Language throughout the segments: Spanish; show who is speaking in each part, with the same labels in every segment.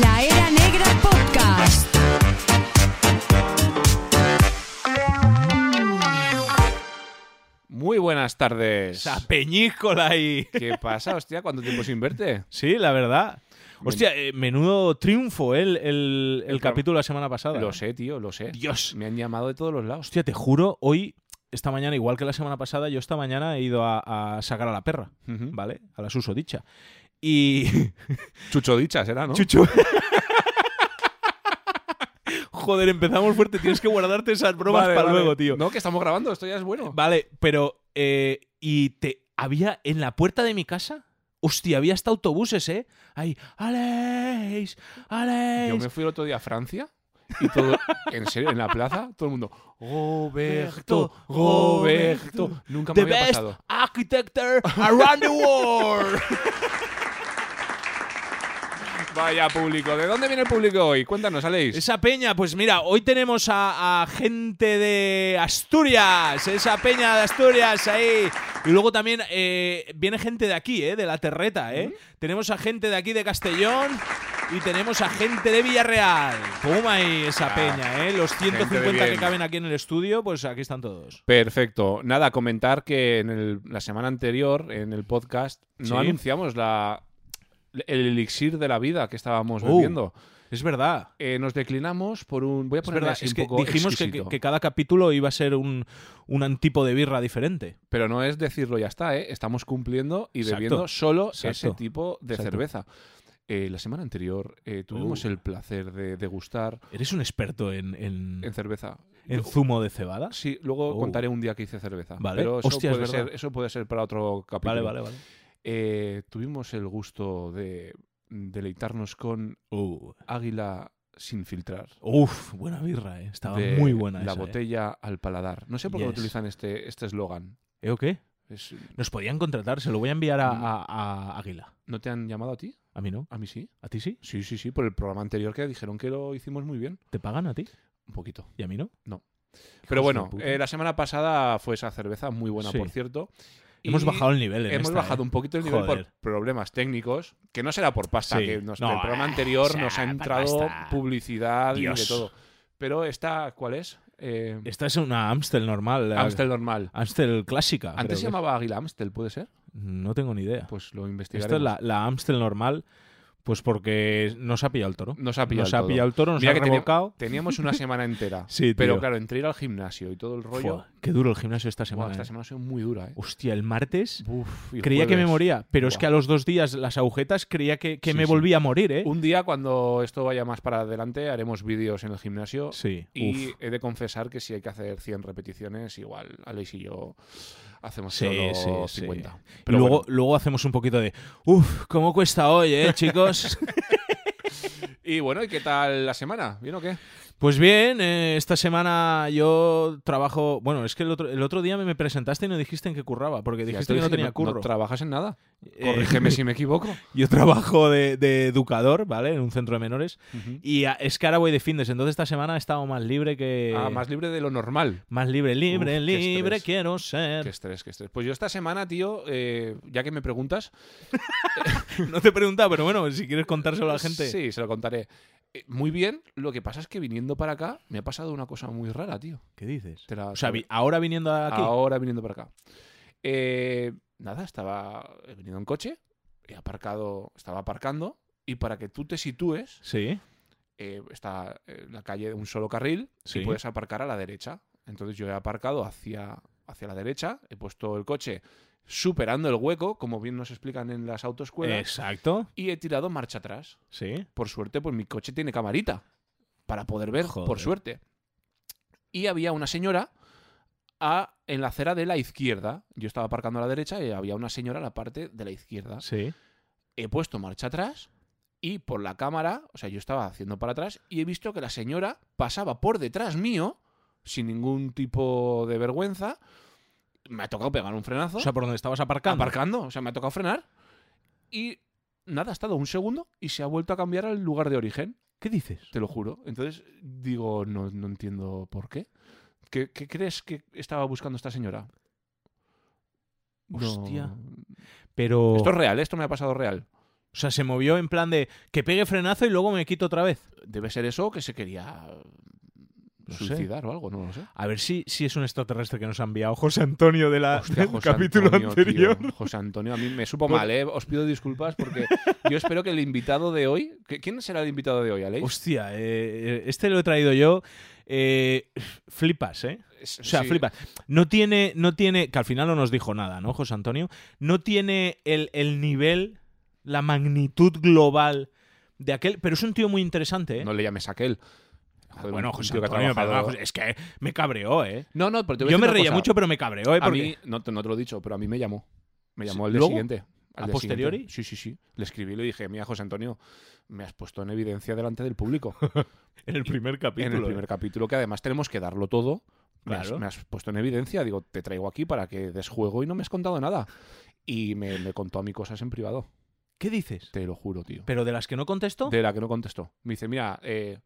Speaker 1: La Era Negra Podcast.
Speaker 2: Muy buenas tardes.
Speaker 3: Esa peñíscola y...
Speaker 2: ¿Qué pasa, hostia? ¿Cuánto tiempo sin verte?
Speaker 3: Sí, la verdad. Hostia, eh, menudo triunfo eh, el, el- el
Speaker 2: El
Speaker 3: capítulo la semana pasada.
Speaker 2: Lo sé, tío, lo sé.
Speaker 3: Dios.
Speaker 2: Me han llamado de todos los lados.
Speaker 3: Hostia, te juro, hoy, esta mañana, igual que la semana pasada, yo esta mañana he ido a, a sacar a la perra,
Speaker 2: Ujú.
Speaker 3: ¿vale? A la susodicha. Y...
Speaker 2: Chucho dicha será, ¿no?
Speaker 3: Chucho... Joder, empezamos fuerte. Tienes que guardarte esas bromas
Speaker 2: Vale,
Speaker 3: para
Speaker 2: vale.
Speaker 3: luego, tío.
Speaker 2: No, que estamos grabando, esto ya es bueno.
Speaker 3: Vale, pero... eh, y te... Había en la puerta de mi casa... Hostia, había hasta autobuses, ¿eh? Ahí, Alex, Alex.
Speaker 2: Yo me fui el otro día a Francia y todo, en serio, en la plaza, todo el mundo, Roberto, Roberto, nunca me
Speaker 3: The
Speaker 2: había
Speaker 3: best
Speaker 2: pasado.
Speaker 3: architect around the world.
Speaker 2: Vaya público, ¿de dónde viene el público hoy? Cuéntanos, Aleix.
Speaker 3: Esa peña, pues mira, hoy tenemos a, a gente de Asturias, esa peña de Asturias ahí. Y luego también eh, viene gente de aquí, eh, de la terreta, ¿eh? Tenemos a gente de aquí de Castellón y tenemos a gente de Villarreal. Toma ahí esa
Speaker 2: Ah,
Speaker 3: peña, ¿eh? Los
Speaker 2: de
Speaker 3: 150 que
Speaker 2: bien.
Speaker 3: caben aquí en el estudio, pues aquí están todos.
Speaker 2: Perfecto. Nada, comentar que en el- la semana anterior, en el podcast, no
Speaker 3: Sí.
Speaker 2: anunciamos la, el elixir de la vida que estábamos
Speaker 3: Oh.
Speaker 2: bebiendo.
Speaker 3: Es verdad.
Speaker 2: Eh, nos declinamos por un. Voy a
Speaker 3: Es
Speaker 2: ponerle
Speaker 3: verdad,
Speaker 2: así
Speaker 3: es
Speaker 2: un
Speaker 3: que
Speaker 2: poco
Speaker 3: dijimos que,
Speaker 2: exquisito.
Speaker 3: que cada capítulo iba a ser un, un tipo de birra diferente.
Speaker 2: Pero no es decirlo, ya está, ¿eh? Estamos cumpliendo y
Speaker 3: Exacto.
Speaker 2: bebiendo solo
Speaker 3: Exacto.
Speaker 2: ese tipo de
Speaker 3: Exacto.
Speaker 2: cerveza. Eh, la semana anterior eh, tuvimos
Speaker 3: Uh.
Speaker 2: el placer de degustar
Speaker 3: ¿Eres un experto en, en-
Speaker 2: en cerveza.
Speaker 3: en zumo de cebadas?
Speaker 2: Sí, luego
Speaker 3: Mm. Oh.
Speaker 2: contaré un día que hice cerveza.
Speaker 3: Vale.
Speaker 2: Pero eso,
Speaker 3: Hostia, es
Speaker 2: puede
Speaker 3: verdad.
Speaker 2: ser, eso puede ser para otro capítulo.
Speaker 3: Vale, vale, vale.
Speaker 2: Eh, tuvimos el gusto de deleitarnos con
Speaker 3: Uh,
Speaker 2: Águila sin filtrar.
Speaker 3: Uf, buena birra, eh. Estaba
Speaker 2: de
Speaker 3: muy buena
Speaker 2: La
Speaker 3: esa, eh.
Speaker 2: botella al paladar. No sé por qué
Speaker 3: Yes.
Speaker 2: utilizan este este eslogan.
Speaker 3: ¿Eh, o qué?
Speaker 2: Es-
Speaker 3: Nos podían contratar, se lo voy a enviar a,
Speaker 2: Mm.
Speaker 3: a- a Águila.
Speaker 2: ¿No te han llamado a ti?
Speaker 3: A mí no.
Speaker 2: A mí sí.
Speaker 3: ¿A ti sí?
Speaker 2: Sí, sí, sí, por el programa anterior que dijeron que lo hicimos muy bien.
Speaker 3: ¿Te pagan a ti?
Speaker 2: Un poquito.
Speaker 3: ¿Y a mí no?
Speaker 2: No.
Speaker 3: Hijos de
Speaker 2: Pero bueno,
Speaker 3: puta.
Speaker 2: eh, la semana pasada fue esa cerveza, muy buena,
Speaker 3: Sí.
Speaker 2: por cierto. Y
Speaker 3: hemos bajado el nivel. en
Speaker 2: Hemos
Speaker 3: esta,
Speaker 2: bajado
Speaker 3: eh.
Speaker 2: un poquito el nivel
Speaker 3: Joder.
Speaker 2: por problemas técnicos, que no será por pasta,
Speaker 3: Sí.
Speaker 2: que nos,
Speaker 3: No,
Speaker 2: del programa
Speaker 3: eh,
Speaker 2: anterior
Speaker 3: o sea,
Speaker 2: nos ha
Speaker 3: pa-
Speaker 2: entrado
Speaker 3: pasta.
Speaker 2: publicidad y de
Speaker 3: Dios.
Speaker 2: todo. Pero esta, ¿cuál es? Eh,
Speaker 3: Esta es una Amstel normal. la-
Speaker 2: Amstel normal.
Speaker 3: Amstel clásica. creo
Speaker 2: Antes se
Speaker 3: que es.
Speaker 2: llamaba Águila Amstel, ¿puede ser?
Speaker 3: No tengo ni idea.
Speaker 2: Pues lo
Speaker 3: Esto
Speaker 2: investigaremos.
Speaker 3: es la, la Amstel normal, pues porque nos ha pillado el toro.
Speaker 2: Nos ha pillado
Speaker 3: Nos
Speaker 2: el
Speaker 3: ha
Speaker 2: todo.
Speaker 3: pillado el toro, nos
Speaker 2: Mira
Speaker 3: ha
Speaker 2: que teníamos-
Speaker 3: revolcado.
Speaker 2: Teníamos una semana entera.
Speaker 3: Sí,
Speaker 2: Pero
Speaker 3: tío.
Speaker 2: claro, entre ir al gimnasio y todo el rollo,
Speaker 3: Fua, qué duro el gimnasio esta
Speaker 2: buah,
Speaker 3: semana.
Speaker 2: esta
Speaker 3: eh.
Speaker 2: semana ha sido muy dura, ¿eh?
Speaker 3: Hostia, el martes
Speaker 2: Uf, y el
Speaker 3: creía que me
Speaker 2: jueves.
Speaker 3: moría, pero es
Speaker 2: Buah.
Speaker 3: que a los dos días las agujetas creía que, que
Speaker 2: Sí,
Speaker 3: me
Speaker 2: sí.
Speaker 3: volvía a morir, ¿eh?
Speaker 2: Un día, cuando esto vaya más para adelante, haremos vídeos en el gimnasio.
Speaker 3: Sí,
Speaker 2: Y
Speaker 3: uf.
Speaker 2: he de confesar que si hay que hacer 100 repeticiones, igual Alex y yo hacemos
Speaker 3: Sí,
Speaker 2: solo
Speaker 3: sí, sí.
Speaker 2: 50.
Speaker 3: Y
Speaker 2: Pero
Speaker 3: luego,
Speaker 2: bueno.
Speaker 3: luego hacemos un poquito de, uff, ¿cómo cuesta hoy, eh, chicos?
Speaker 2: Y bueno, ¿y qué tal la semana? ¿Bien o qué?
Speaker 3: Pues bien, eh, esta semana yo trabajo. Bueno, es que el otro, el otro día me presentaste y no dijiste en qué curraba, porque
Speaker 2: Ya te
Speaker 3: dijiste que no
Speaker 2: dije,
Speaker 3: tenía curro.
Speaker 2: trabajas en nada.
Speaker 3: Eh,
Speaker 2: Corrígeme si me equivoco.
Speaker 3: Yo trabajo de, de educador, ¿vale? En un centro de menores.
Speaker 2: Ujú.
Speaker 3: Y a- es que ahora voy de findes, entonces esta semana he estado más libre que.
Speaker 2: Ah, más libre de lo normal.
Speaker 3: Más libre, libre,
Speaker 2: Uf, qué
Speaker 3: libre
Speaker 2: estrés.
Speaker 3: quiero
Speaker 2: Qué
Speaker 3: ser.
Speaker 2: estrés, qué estrés. Pues yo esta semana, tío, eh, ya que me preguntas,
Speaker 3: No te he preguntado, pero bueno, si quieres contárselo a la gente.
Speaker 2: pues Sí, se lo contaré. Eh, Muy bien, lo que pasa es que viniendo para acá me ha pasado una cosa muy rara, tío.
Speaker 3: ¿Qué dices?
Speaker 2: Te la-
Speaker 3: O sea,
Speaker 2: te-
Speaker 3: vi- ahora viniendo aquí.
Speaker 2: ahora viniendo para acá. Eh, nada, estaba he venido en coche, he aparcado, estaba aparcando y para que tú te sitúes
Speaker 3: Sí.
Speaker 2: eh, está eh, la calle de un solo carril
Speaker 3: Sí.
Speaker 2: y puedes aparcar a la derecha. Entonces yo he aparcado hacia, hacia la derecha, he puesto el coche superando el hueco, como bien nos explican en las autoescuelas,
Speaker 3: Exacto.
Speaker 2: y he tirado marcha atrás
Speaker 3: Sí.
Speaker 2: por suerte, pues mi coche tiene camarita para poder ver, por
Speaker 3: Joder.
Speaker 2: suerte. Y había una señora a- en la acera de la izquierda. Yo estaba aparcando a la derecha y había una señora a la parte de la izquierda.
Speaker 3: Sí.
Speaker 2: He puesto marcha atrás y por la cámara, o sea, yo estaba haciendo para atrás y he visto que la señora pasaba por detrás mío sin ningún tipo de vergüenza. Me ha tocado pegar un frenazo
Speaker 3: O sea, por donde estabas aparcando.
Speaker 2: aparcando. O sea, me ha tocado frenar. Y nada, ha estado un segundo y se ha vuelto a cambiar al lugar de origen.
Speaker 3: ¿Qué dices?
Speaker 2: Te lo juro. Entonces digo, no, no entiendo por qué. ¿Qué, qué crees que estaba buscando esta señora? No.
Speaker 3: Hostia. Oh. Pero.
Speaker 2: Esto es real, esto me ha pasado real.
Speaker 3: O sea, se movió en plan de que pegue frenazo y luego me quito otra vez.
Speaker 2: Debe ser eso que se quería
Speaker 3: No sé.
Speaker 2: suicidar o algo, no lo sé.
Speaker 3: A ver si, si es un extraterrestre que nos ha enviado José Antonio de la,
Speaker 2: Hostia,
Speaker 3: del
Speaker 2: José
Speaker 3: Ah, capítulo
Speaker 2: Antonio,
Speaker 3: anterior.
Speaker 2: tío. José Antonio, a mí me supo
Speaker 3: Por-
Speaker 2: mal, ¿eh? Os pido disculpas porque yo espero que el invitado de hoy. ¿Qui- ¿Quién será el invitado de hoy, Aleix?
Speaker 3: Hostia, eh, este lo he traído yo. Eh, flipas, ¿eh? O sea,
Speaker 2: Sí.
Speaker 3: flipas. No tiene, no tiene, que al final no nos dijo nada, ¿no, José Antonio? No tiene el, el nivel, la magnitud global de aquel, pero es un tío muy interesante, ¿eh? Ah,
Speaker 2: No le llames a aquel. Joder,
Speaker 3: bueno,
Speaker 2: un
Speaker 3: José
Speaker 2: tío que ha
Speaker 3: Antonio,
Speaker 2: trabajado-
Speaker 3: perdona, José- es que me cabreó, ¿eh?
Speaker 2: No, no, pero te voy a
Speaker 3: Yo
Speaker 2: decir
Speaker 3: me
Speaker 2: una
Speaker 3: reía
Speaker 2: cosa.
Speaker 3: mucho, pero me cabreó, ¿eh?
Speaker 2: A
Speaker 3: Porque
Speaker 2: mí, no te, no te lo he dicho, pero a mí me llamó. Me llamó
Speaker 3: Sí,
Speaker 2: el día
Speaker 3: ¿luego?
Speaker 2: siguiente. al
Speaker 3: ¿A
Speaker 2: día
Speaker 3: posteriori?
Speaker 2: siguiente. Sí, sí, sí. Le escribí y le dije, mira, José Antonio, me has puesto en evidencia delante del público.
Speaker 3: en el primer capítulo.
Speaker 2: en el primer
Speaker 3: ¿eh?
Speaker 2: capítulo, que además tenemos que darlo todo. Me, has,
Speaker 3: Claro.
Speaker 2: me has puesto en evidencia, digo, te traigo aquí para que des juego y no me has contado nada. Y me, me contó a mí cosas en privado,
Speaker 3: ¿Qué dices?
Speaker 2: te lo juro, tío.
Speaker 3: ¿Pero de las que no contesto?
Speaker 2: De la que no contestó. Me dice, mira, eh,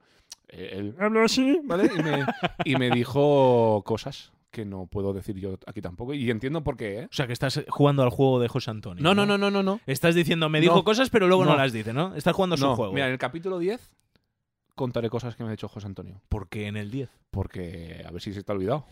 Speaker 2: eh, él habla así, ¿vale? Y me, y me dijo cosas que no puedo decir yo aquí tampoco. Y entiendo por qué, ¿eh?
Speaker 3: O sea, que estás jugando al juego de José Antonio.
Speaker 2: No, no, no, no, no. no.
Speaker 3: Estás diciendo, me
Speaker 2: No.
Speaker 3: dijo cosas, pero luego no.
Speaker 2: No.
Speaker 3: las dice, ¿no? Estás jugando a su
Speaker 2: No,
Speaker 3: juego.
Speaker 2: Mira, en el capítulo 10 contaré cosas que me ha dicho José Antonio.
Speaker 3: Porque en el 10.
Speaker 2: Porque a ver si se te ha olvidado.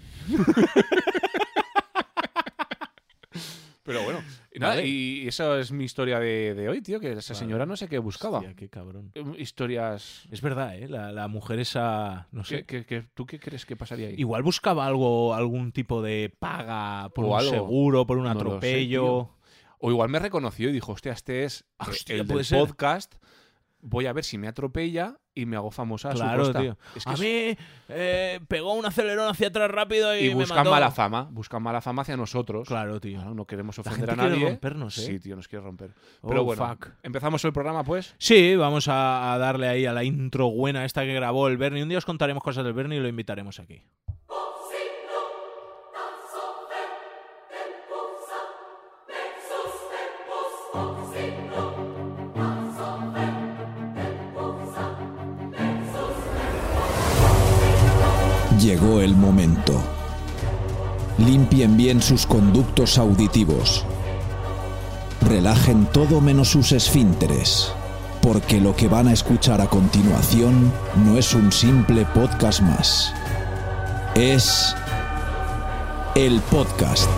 Speaker 2: Pero bueno, y nada,
Speaker 3: Vale.
Speaker 2: y esa es mi historia de, de hoy, tío, que esa
Speaker 3: Vale.
Speaker 2: señora no sé qué buscaba.
Speaker 3: Hostia, qué cabrón.
Speaker 2: Eh, Historias...
Speaker 3: Es verdad, ¿eh? La, la mujer esa, no sé.
Speaker 2: ¿Qué, qué- qué- tú qué crees que pasaría ahí?
Speaker 3: Igual buscaba algo, algún tipo de paga por
Speaker 2: O
Speaker 3: un
Speaker 2: algo.
Speaker 3: seguro, por un
Speaker 2: No lo sé,
Speaker 3: atropello.
Speaker 2: O igual me reconoció y dijo, hostia, este es eh,
Speaker 3: Ah, Hostia,
Speaker 2: el
Speaker 3: puede
Speaker 2: del
Speaker 3: ser.
Speaker 2: podcast, voy a ver si me atropella y me hago famosa a su
Speaker 3: Claro,
Speaker 2: costa".
Speaker 3: tío.
Speaker 2: Es que
Speaker 3: a
Speaker 2: es-
Speaker 3: mí eh, pegó un acelerón hacia atrás rápido y,
Speaker 2: y
Speaker 3: me
Speaker 2: buscan
Speaker 3: mató.
Speaker 2: mala fama, buscan mala fama hacia nosotros.
Speaker 3: Claro, tío.
Speaker 2: Claro, no queremos
Speaker 3: La
Speaker 2: ofender
Speaker 3: gente
Speaker 2: a
Speaker 3: quiere
Speaker 2: nadie.
Speaker 3: rompernos, ¿eh?
Speaker 2: Sí, tío, nos quiere romper.
Speaker 3: Oh,
Speaker 2: Pero bueno,
Speaker 3: fuck.
Speaker 2: empezamos el programa, pues.
Speaker 3: Sí, vamos a, a darle ahí a la intro buena esta que grabó el Bernie. Un día os contaremos cosas del Bernie y lo invitaremos aquí.
Speaker 4: Llegó el momento. Limpien bien sus conductos auditivos. Relajen todo menos sus esfínteres, porque lo que van a escuchar a continuación no es un simple podcast más. Es el podcast.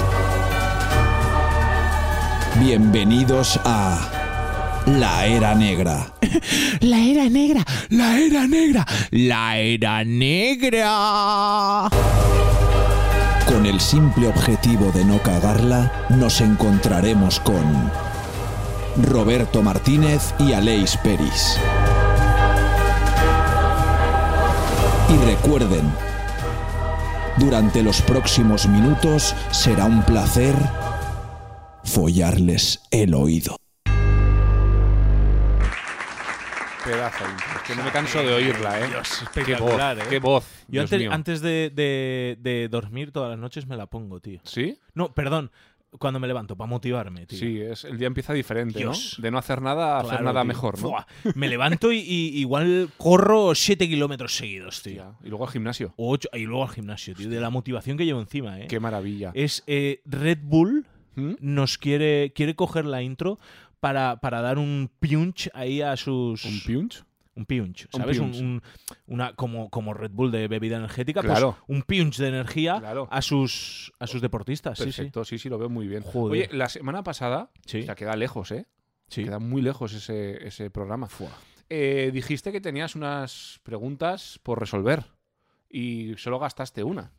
Speaker 4: Bienvenidos a La Era Negra. La Era Negra, la Era Negra, la Era Negra con el simple objetivo de no cagarla, nos encontraremos con Roberto Martínez y Aleix Peris. Y recuerden, durante los próximos minutos será un placer follarles el oído.
Speaker 2: Pedazo. de intro. Es que no me canso de oírla, ¿eh?
Speaker 3: Dios,
Speaker 2: qué
Speaker 3: espectacular,
Speaker 2: voz.
Speaker 3: ¿eh?
Speaker 2: Qué voz.
Speaker 3: Yo
Speaker 2: Dios
Speaker 3: antes,
Speaker 2: mío.
Speaker 3: antes de, de- de dormir todas las noches me la pongo, tío.
Speaker 2: ¿Sí?
Speaker 3: No, perdón, cuando me levanto, para motivarme, tío.
Speaker 2: Sí, es, el día empieza diferente,
Speaker 3: Dios.
Speaker 2: ¿no? De no hacer nada a hacer
Speaker 3: Claro,
Speaker 2: nada
Speaker 3: tío.
Speaker 2: mejor, ¿no?
Speaker 3: Fua, Me levanto y, y igual corro 7 kilómetros seguidos, tío.
Speaker 2: Hostia, Y luego al gimnasio.
Speaker 3: O ocho, y luego al gimnasio, tío. De la motivación que llevo encima, ¿eh?
Speaker 2: Qué maravilla.
Speaker 3: Es eh, Red Bull
Speaker 2: ¿Mm?
Speaker 3: nos quiere, quiere coger la intro para, para dar un punch ahí a sus...
Speaker 2: ¿Un punch?
Speaker 3: Un punch,
Speaker 2: Un
Speaker 3: ¿sabes? Un-
Speaker 2: punch.
Speaker 3: un- una, como, como Red Bull de bebida energética, pues,
Speaker 2: Claro.
Speaker 3: un punch de energía
Speaker 2: Claro.
Speaker 3: a sus a sus deportistas. Sí, sí.
Speaker 2: Perfecto, sí, sí, lo veo muy bien.
Speaker 3: Joder.
Speaker 2: Oye, la semana pasada,
Speaker 3: Sí.
Speaker 2: o sea, queda lejos, ¿eh?
Speaker 3: Sí.
Speaker 2: Queda muy lejos ese, ese programa. Eh, dijiste que tenías unas preguntas por resolver y solo gastaste una.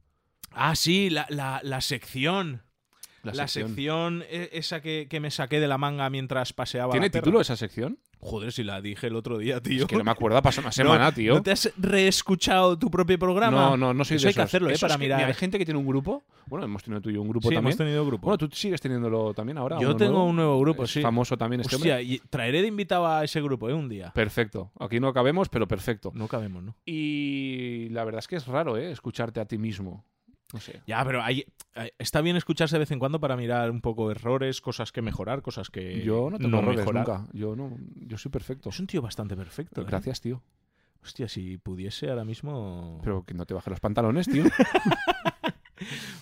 Speaker 3: Ah, sí, la, la- la sección.
Speaker 2: La,
Speaker 3: La sección, e- esa que, que me saqué de la manga mientras paseaba.
Speaker 2: ¿Tiene
Speaker 3: la perra.
Speaker 2: título esa sección?
Speaker 3: Joder, si la dije el otro día, tío.
Speaker 2: Es que no me acuerdo, ha pasado una
Speaker 3: No,
Speaker 2: semana, tío.
Speaker 3: ¿No te has reescuchado tu propio programa?
Speaker 2: No, no, no soy
Speaker 3: Eso
Speaker 2: de
Speaker 3: hay que
Speaker 2: esos.
Speaker 3: hacerlo, ¿eh?
Speaker 2: Eso
Speaker 3: Para
Speaker 2: es que,
Speaker 3: mirar.
Speaker 2: mira, hay gente que tiene un grupo. Bueno, hemos tenido tú y yo un grupo
Speaker 3: Sí,
Speaker 2: también.
Speaker 3: hemos tenido grupo.
Speaker 2: Bueno, tú sigues teniéndolo también ahora.
Speaker 3: Yo
Speaker 2: uno
Speaker 3: tengo
Speaker 2: nuevo.
Speaker 3: un nuevo grupo,
Speaker 2: Es
Speaker 3: sí.
Speaker 2: Famoso también este
Speaker 3: Hostia,
Speaker 2: hombre.
Speaker 3: y traeré de invitado a ese grupo, ¿eh? Un día.
Speaker 2: Perfecto. Aquí no cabemos, pero perfecto.
Speaker 3: No cabemos, ¿no?
Speaker 2: Y la verdad es que es raro, ¿eh? Escucharte a ti mismo. No sé.
Speaker 3: Ya, pero hay, eh, está bien escucharse de vez en cuando para mirar un poco errores, cosas que mejorar, cosas que
Speaker 2: yo Eh, no tengo errores
Speaker 3: mejorar.
Speaker 2: nunca. Yo no, yo soy perfecto.
Speaker 3: Es un tío bastante perfecto. ¿eh?
Speaker 2: Gracias, tío.
Speaker 3: Hostia, si pudiese ahora mismo.
Speaker 2: Pero que no te bajes los pantalones, tío.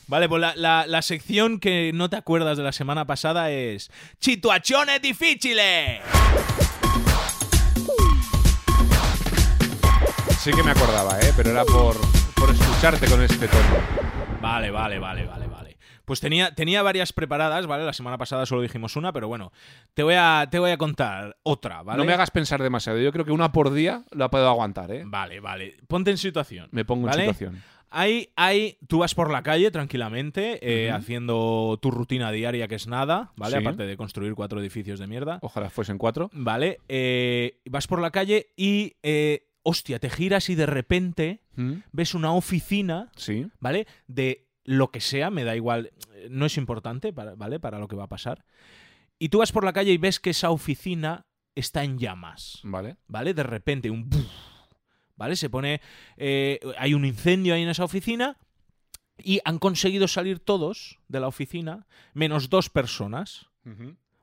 Speaker 3: Vale, pues la, la- la sección que no te acuerdas de la semana pasada es. ¡Situaciones difíciles!
Speaker 2: sí que me acordaba, ¿eh? Pero era por, por escucharte con este tono.
Speaker 3: Vale, vale, vale, vale, vale. Pues tenía, tenía varias preparadas, ¿vale? La semana pasada solo dijimos una, pero bueno, te voy a, te voy a contar otra, ¿vale?
Speaker 2: No me hagas pensar demasiado. Yo creo que una por día la puedo aguantar, ¿eh?
Speaker 3: Vale, vale. Ponte en situación.
Speaker 2: Me pongo en
Speaker 3: ¿vale?
Speaker 2: situación.
Speaker 3: Ahí, ahí, tú vas por la calle tranquilamente, eh, haciendo tu rutina diaria, que es nada, ¿vale?
Speaker 2: Sí.
Speaker 3: Aparte de construir cuatro edificios de mierda.
Speaker 2: Ojalá fuesen cuatro.
Speaker 3: ¿Vale? Eh, vas por la calle y, eh, hostia, te giras y de repente
Speaker 2: ¿Mm?
Speaker 3: ves una oficina,
Speaker 2: Sí.
Speaker 3: ¿vale? De lo que sea, me da igual, eh, no es importante, para- ¿vale? Para lo que va a pasar. Y tú vas por la calle y ves que esa oficina está en llamas,
Speaker 2: Vale.
Speaker 3: ¿vale? De repente, un... buf, ¿Vale? Se pone... eh, hay un incendio ahí en esa oficina y han conseguido salir todos de la oficina, menos dos personas.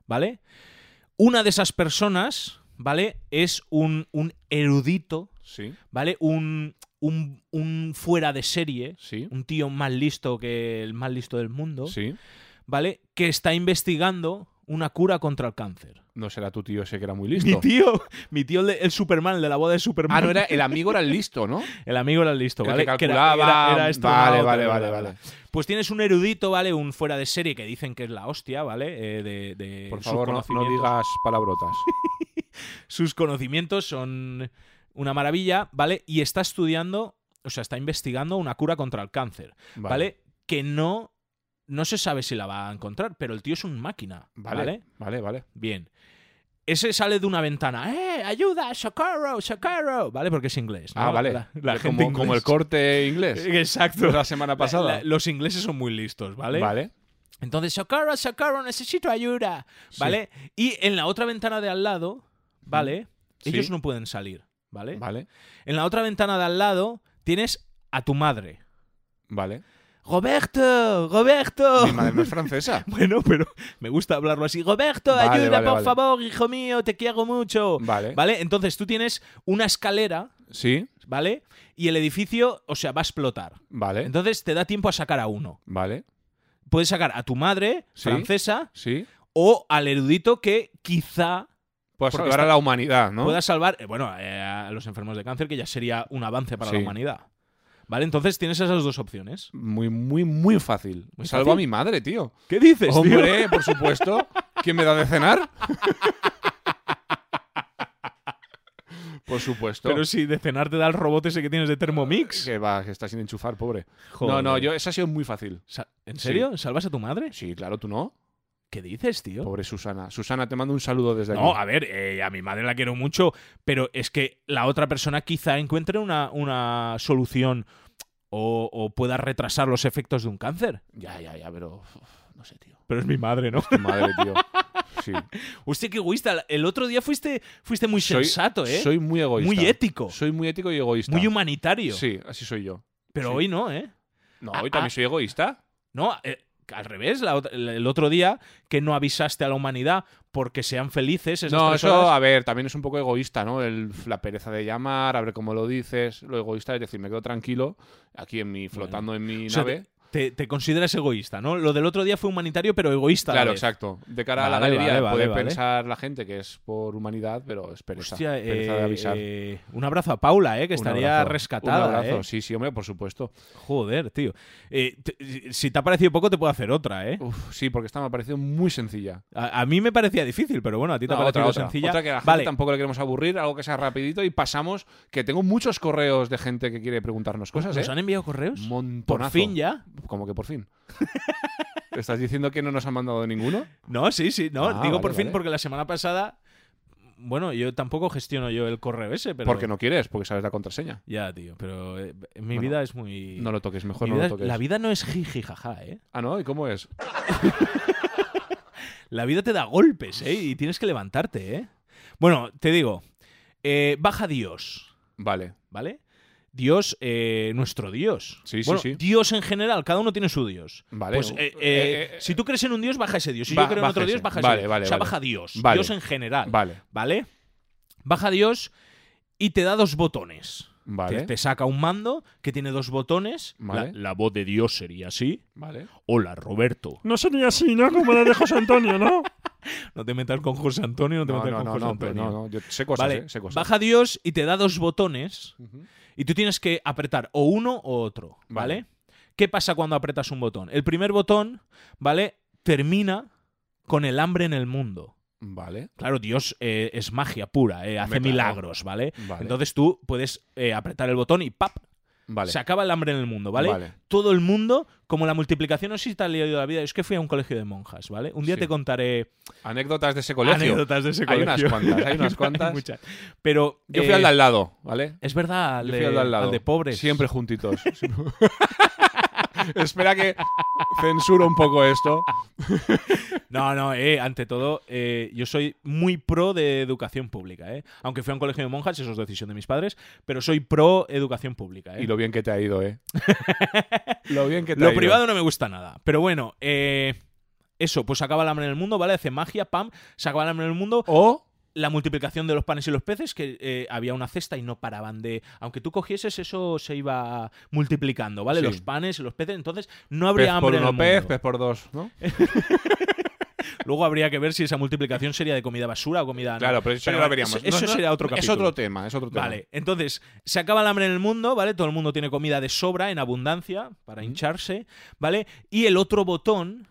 Speaker 3: ¿vale? Una de esas personas, ¿vale? Es un, un erudito,
Speaker 2: Sí.
Speaker 3: ¿vale? Un, un, un fuera de serie,
Speaker 2: Sí.
Speaker 3: un tío más listo que el más listo del mundo,
Speaker 2: Sí.
Speaker 3: ¿vale? Que está investigando una cura contra el cáncer.
Speaker 2: No será tu tío ese que era muy listo.
Speaker 3: Mi tío, mi tío el, de- el Superman, el de la boda de Superman.
Speaker 2: Ah, no, era el amigo era el listo, ¿no?
Speaker 3: El amigo era el listo,
Speaker 2: El que
Speaker 3: ¿vale?
Speaker 2: calculaba. este, Vale,
Speaker 3: astronauta,
Speaker 2: vale,
Speaker 3: era-
Speaker 2: vale, vale.
Speaker 3: Pues tienes un erudito, ¿vale? Un fuera de serie que dicen que es la hostia, ¿vale? Eh, de, de
Speaker 2: Por
Speaker 3: sus
Speaker 2: favor, no- no,
Speaker 3: conocimientos.
Speaker 2: digas palabrotas.
Speaker 3: sus conocimientos son una maravilla, ¿vale? Y está estudiando, o sea, está investigando una cura contra el cáncer, ¿vale? Que no, no se sabe si la va a encontrar, pero el tío es un máquina, ¿vale?
Speaker 2: Vale. Vale, vale.
Speaker 3: Bien. Ese sale de una ventana, ¡eh, ayuda, socorro, socorro! ¿Vale? Porque es inglés. ¿no?
Speaker 2: Ah, vale.
Speaker 3: La, la
Speaker 2: Como-
Speaker 3: gente
Speaker 2: como,
Speaker 3: inglés.
Speaker 2: el corte inglés.
Speaker 3: Exacto.
Speaker 2: de la semana pasada.
Speaker 3: La- la- los ingleses son muy listos, ¿vale?
Speaker 2: Vale.
Speaker 3: Entonces, socorro, socorro, necesito ayuda. ¿Vale? Y en la otra ventana de al lado, ¿vale?
Speaker 2: Sí.
Speaker 3: Ellos no pueden salir, ¿vale?
Speaker 2: Vale.
Speaker 3: En la otra ventana de al lado tienes a tu madre.
Speaker 2: Vale.
Speaker 3: Roberto, Roberto.
Speaker 2: Mi madre no es francesa.
Speaker 3: Bueno, pero me gusta hablarlo así. Roberto,
Speaker 2: Vale,
Speaker 3: ayuda,
Speaker 2: vale,
Speaker 3: por
Speaker 2: vale.
Speaker 3: favor, hijo mío, te quiero mucho.
Speaker 2: Vale.
Speaker 3: Vale, entonces tú tienes una escalera,
Speaker 2: Sí.
Speaker 3: ¿vale? Y el edificio, o sea, va a explotar.
Speaker 2: Vale.
Speaker 3: Entonces te da tiempo a sacar a uno.
Speaker 2: Vale.
Speaker 3: Puedes sacar a tu madre,
Speaker 2: Sí.
Speaker 3: francesa,
Speaker 2: Sí.
Speaker 3: o al erudito que quizá
Speaker 2: Pues
Speaker 3: Porque
Speaker 2: salvar a
Speaker 3: está-
Speaker 2: la humanidad, ¿no?
Speaker 3: pueda salvar, eh, bueno, eh, a los enfermos de cáncer, que ya sería un avance para la
Speaker 2: Sí.
Speaker 3: humanidad. ¿Vale? Entonces tienes esas dos opciones.
Speaker 2: Muy, muy, muy fácil.
Speaker 3: Muy
Speaker 2: Salvo
Speaker 3: fácil.
Speaker 2: a mi madre, tío.
Speaker 3: ¿Qué dices, tío?
Speaker 2: Hombre, por supuesto. ¿Quién me da de cenar? por supuesto.
Speaker 3: Pero si de cenar te da el robot ese que tienes de Thermomix.
Speaker 2: Que va, que está sin enchufar, pobre.
Speaker 3: Joder.
Speaker 2: No, no, yo, esa ha sido muy fácil.
Speaker 3: Sa- ¿En serio? ¿Salvas a tu madre?
Speaker 2: Sí, claro, tú no.
Speaker 3: ¿Qué dices, tío?
Speaker 2: Pobre Susana. Susana, te mando un saludo desde
Speaker 3: No,
Speaker 2: aquí.
Speaker 3: a ver, eh, a mi madre la quiero mucho, pero es que la otra persona quizá encuentre una, una solución o, o pueda retrasar los efectos de un cáncer.
Speaker 2: Ya, ya, ya, pero. uf, No sé, tío.
Speaker 3: Pero es mi madre, ¿no?
Speaker 2: Tu madre, tío. Sí.
Speaker 3: Hostia, qué egoísta. El otro día fuiste, fuiste muy
Speaker 2: Soy-
Speaker 3: sensato, ¿eh?
Speaker 2: Soy muy egoísta.
Speaker 3: Muy ético.
Speaker 2: Soy muy ético y egoísta.
Speaker 3: muy humanitario.
Speaker 2: Sí, así soy yo.
Speaker 3: pero
Speaker 2: sí.
Speaker 3: hoy no, ¿eh?
Speaker 2: No,
Speaker 3: Ah,
Speaker 2: hoy
Speaker 3: ah.
Speaker 2: también soy egoísta.
Speaker 3: No, eh, al revés, la otra- el el otro día que no avisaste a la humanidad porque sean felices. esas
Speaker 2: No,
Speaker 3: tres
Speaker 2: eso,
Speaker 3: horas.
Speaker 2: a ver, también es un poco egoísta, ¿no? El- la pereza de llamar, a ver cómo lo dices. Lo egoísta es decir, me quedo tranquilo aquí en mi, flotando en mi
Speaker 3: O sea,
Speaker 2: nave.
Speaker 3: te, te consideras egoísta, ¿no? Lo del otro día fue humanitario, pero egoísta. ¿eh? a la
Speaker 2: Claro,
Speaker 3: vez.
Speaker 2: exacto. De cara a la
Speaker 3: Vale,
Speaker 2: galería
Speaker 3: vale,
Speaker 2: puede
Speaker 3: vale, vale.
Speaker 2: pensar la gente que es por humanidad, pero es pereza.
Speaker 3: Hostia,
Speaker 2: pereza
Speaker 3: eh,
Speaker 2: de avisar.
Speaker 3: eh, un abrazo a Paula, ¿eh?
Speaker 2: Un
Speaker 3: Que estaría
Speaker 2: abrazo,
Speaker 3: rescatada.
Speaker 2: Un abrazo,
Speaker 3: ¿eh?
Speaker 2: sí, sí, hombre, por supuesto.
Speaker 3: Joder, tío. Eh, te- si te ha parecido poco, te puedo hacer otra, ¿eh?
Speaker 2: Uf, sí, porque esta me ha parecido muy sencilla.
Speaker 3: A, a mí me parecía difícil, pero bueno, a ti te
Speaker 2: No,
Speaker 3: ha parecido
Speaker 2: otra, otra.
Speaker 3: sencilla.
Speaker 2: Otra que a la gente
Speaker 3: vale,
Speaker 2: tampoco le queremos aburrir, algo que sea rapidito y pasamos, que tengo muchos correos de gente que quiere preguntarnos cosas,
Speaker 3: ¿Nos
Speaker 2: ¿eh?
Speaker 3: han enviado
Speaker 2: Un
Speaker 3: correos? Pues Por
Speaker 2: Montonazo.
Speaker 3: fin ya.
Speaker 2: Como que por fin. ¿Estás diciendo que no nos han mandado ninguno?
Speaker 3: No, sí, sí, no.
Speaker 2: Ah,
Speaker 3: Digo
Speaker 2: vale,
Speaker 3: por fin
Speaker 2: vale.
Speaker 3: porque la semana pasada. Bueno, yo tampoco gestiono yo el correo ese, pero.
Speaker 2: Porque no quieres, porque sabes la contraseña.
Speaker 3: Ya, tío, pero eh, mi
Speaker 2: Bueno,
Speaker 3: vida es muy.
Speaker 2: No lo toques, mejor
Speaker 3: mi
Speaker 2: no
Speaker 3: vida
Speaker 2: lo
Speaker 3: es-
Speaker 2: toques.
Speaker 3: La vida no es jiji jaja, ¿eh?
Speaker 2: Ah, ¿no? ¿Y cómo es?
Speaker 3: La vida te da golpes, ¿eh? Y tienes que levantarte, ¿eh? Bueno, te digo, eh, baja Dios,
Speaker 2: Vale.
Speaker 3: ¿vale? Dios, eh, nuestro Dios.
Speaker 2: Sí, sí,
Speaker 3: Bueno,
Speaker 2: sí.
Speaker 3: Dios en general, cada uno tiene su Dios.
Speaker 2: Vale.
Speaker 3: Pues, eh, eh,
Speaker 2: Eh, eh,
Speaker 3: si tú crees en un Dios, baja ese Dios. Si
Speaker 2: ba-
Speaker 3: yo creo en
Speaker 2: baja
Speaker 3: otro Dios,
Speaker 2: ese.
Speaker 3: baja
Speaker 2: Vale,
Speaker 3: ese Dios.
Speaker 2: vale,
Speaker 3: o sea,
Speaker 2: vale.
Speaker 3: baja Dios.
Speaker 2: Vale.
Speaker 3: Dios en general.
Speaker 2: Vale,
Speaker 3: ¿Vale? Baja Dios y te da dos botones.
Speaker 2: vale.
Speaker 3: Te, te saca un mando que tiene dos botones. La-
Speaker 2: Vale.
Speaker 3: La, voz de Dios sería así.
Speaker 2: Vale.
Speaker 3: Hola, Roberto.
Speaker 5: No sería así, ¿no? Como la de José Antonio, ¿no?
Speaker 3: No te metas con José Antonio, no te
Speaker 2: No,
Speaker 3: metas
Speaker 2: no,
Speaker 3: con
Speaker 2: no,
Speaker 3: José
Speaker 2: no, pero
Speaker 3: Antonio.
Speaker 2: no, no, yo sé cosas,
Speaker 3: vale,
Speaker 2: eh, sé cosas.
Speaker 3: baja Dios y te da dos botones
Speaker 2: Ujú.
Speaker 3: y tú tienes que apretar o uno o otro, ¿vale?
Speaker 2: Vale.
Speaker 3: ¿Qué pasa cuando apretas un botón? El primer botón, ¿vale? Termina con el hambre en el mundo.
Speaker 2: Vale.
Speaker 3: Claro, Dios eh, es magia pura, eh, hace
Speaker 2: Hombre, claro.
Speaker 3: milagros, ¿vale?
Speaker 2: Vale.
Speaker 3: Entonces tú puedes eh, apretar el botón y ¡pap!
Speaker 2: Vale.
Speaker 3: Se acaba el hambre en el mundo, ¿vale?
Speaker 2: Vale.
Speaker 3: Todo el mundo, como la multiplicación, no sé si te ha leído la vida, es que fui a un colegio de monjas, ¿vale? Un día
Speaker 2: Sí.
Speaker 3: te contaré
Speaker 2: Anécdotas de ese colegio.
Speaker 3: anécdotas de ese
Speaker 2: Hay
Speaker 3: colegio.
Speaker 2: unas cuantas, hay unas cuantas.
Speaker 3: muchas. Pero
Speaker 2: Yo fui
Speaker 3: eh,
Speaker 2: al de al lado, ¿vale?
Speaker 3: es verdad, al
Speaker 2: Yo
Speaker 3: de,
Speaker 2: fui al de al lado.
Speaker 3: al de pobres.
Speaker 2: Siempre juntitos. Espera que censuro un poco esto.
Speaker 3: No, no, eh, ante todo, eh, yo soy muy pro de educación pública, eh. Aunque fui a un colegio de monjas, eso es decisión de mis padres, pero soy pro educación pública, eh.
Speaker 2: Y lo bien que te ha ido, ¿eh? lo bien que te ha
Speaker 3: Lo
Speaker 2: ido.
Speaker 3: privado no me gusta nada. Pero bueno, eh, eso, pues acaba el hambre en el mundo, ¿vale? Hace magia, pam, se acaba el hambre en el mundo.
Speaker 2: O
Speaker 3: La multiplicación de los panes y los peces, que eh, había una cesta y no paraban de. Aunque tú cogieses, eso se iba multiplicando, ¿vale?
Speaker 2: Sí.
Speaker 3: Los panes y los peces, entonces no
Speaker 2: pez
Speaker 3: habría
Speaker 2: por
Speaker 3: hambre. en
Speaker 2: uno
Speaker 3: el
Speaker 2: pez,
Speaker 3: mundo.
Speaker 2: pez por dos, ¿no?
Speaker 3: Luego habría que ver si esa multiplicación sería de comida basura o comida.
Speaker 2: Claro, pero eso ya lo
Speaker 3: bueno,
Speaker 2: veríamos.
Speaker 3: Eso, eso
Speaker 2: No, no,
Speaker 3: sería otro capítulo.
Speaker 2: Es otro tema, es otro tema.
Speaker 3: Vale, entonces se acaba el hambre en el mundo, ¿vale? Todo el mundo tiene comida de sobra, en abundancia, para hincharse, ¿vale? Y el otro botón,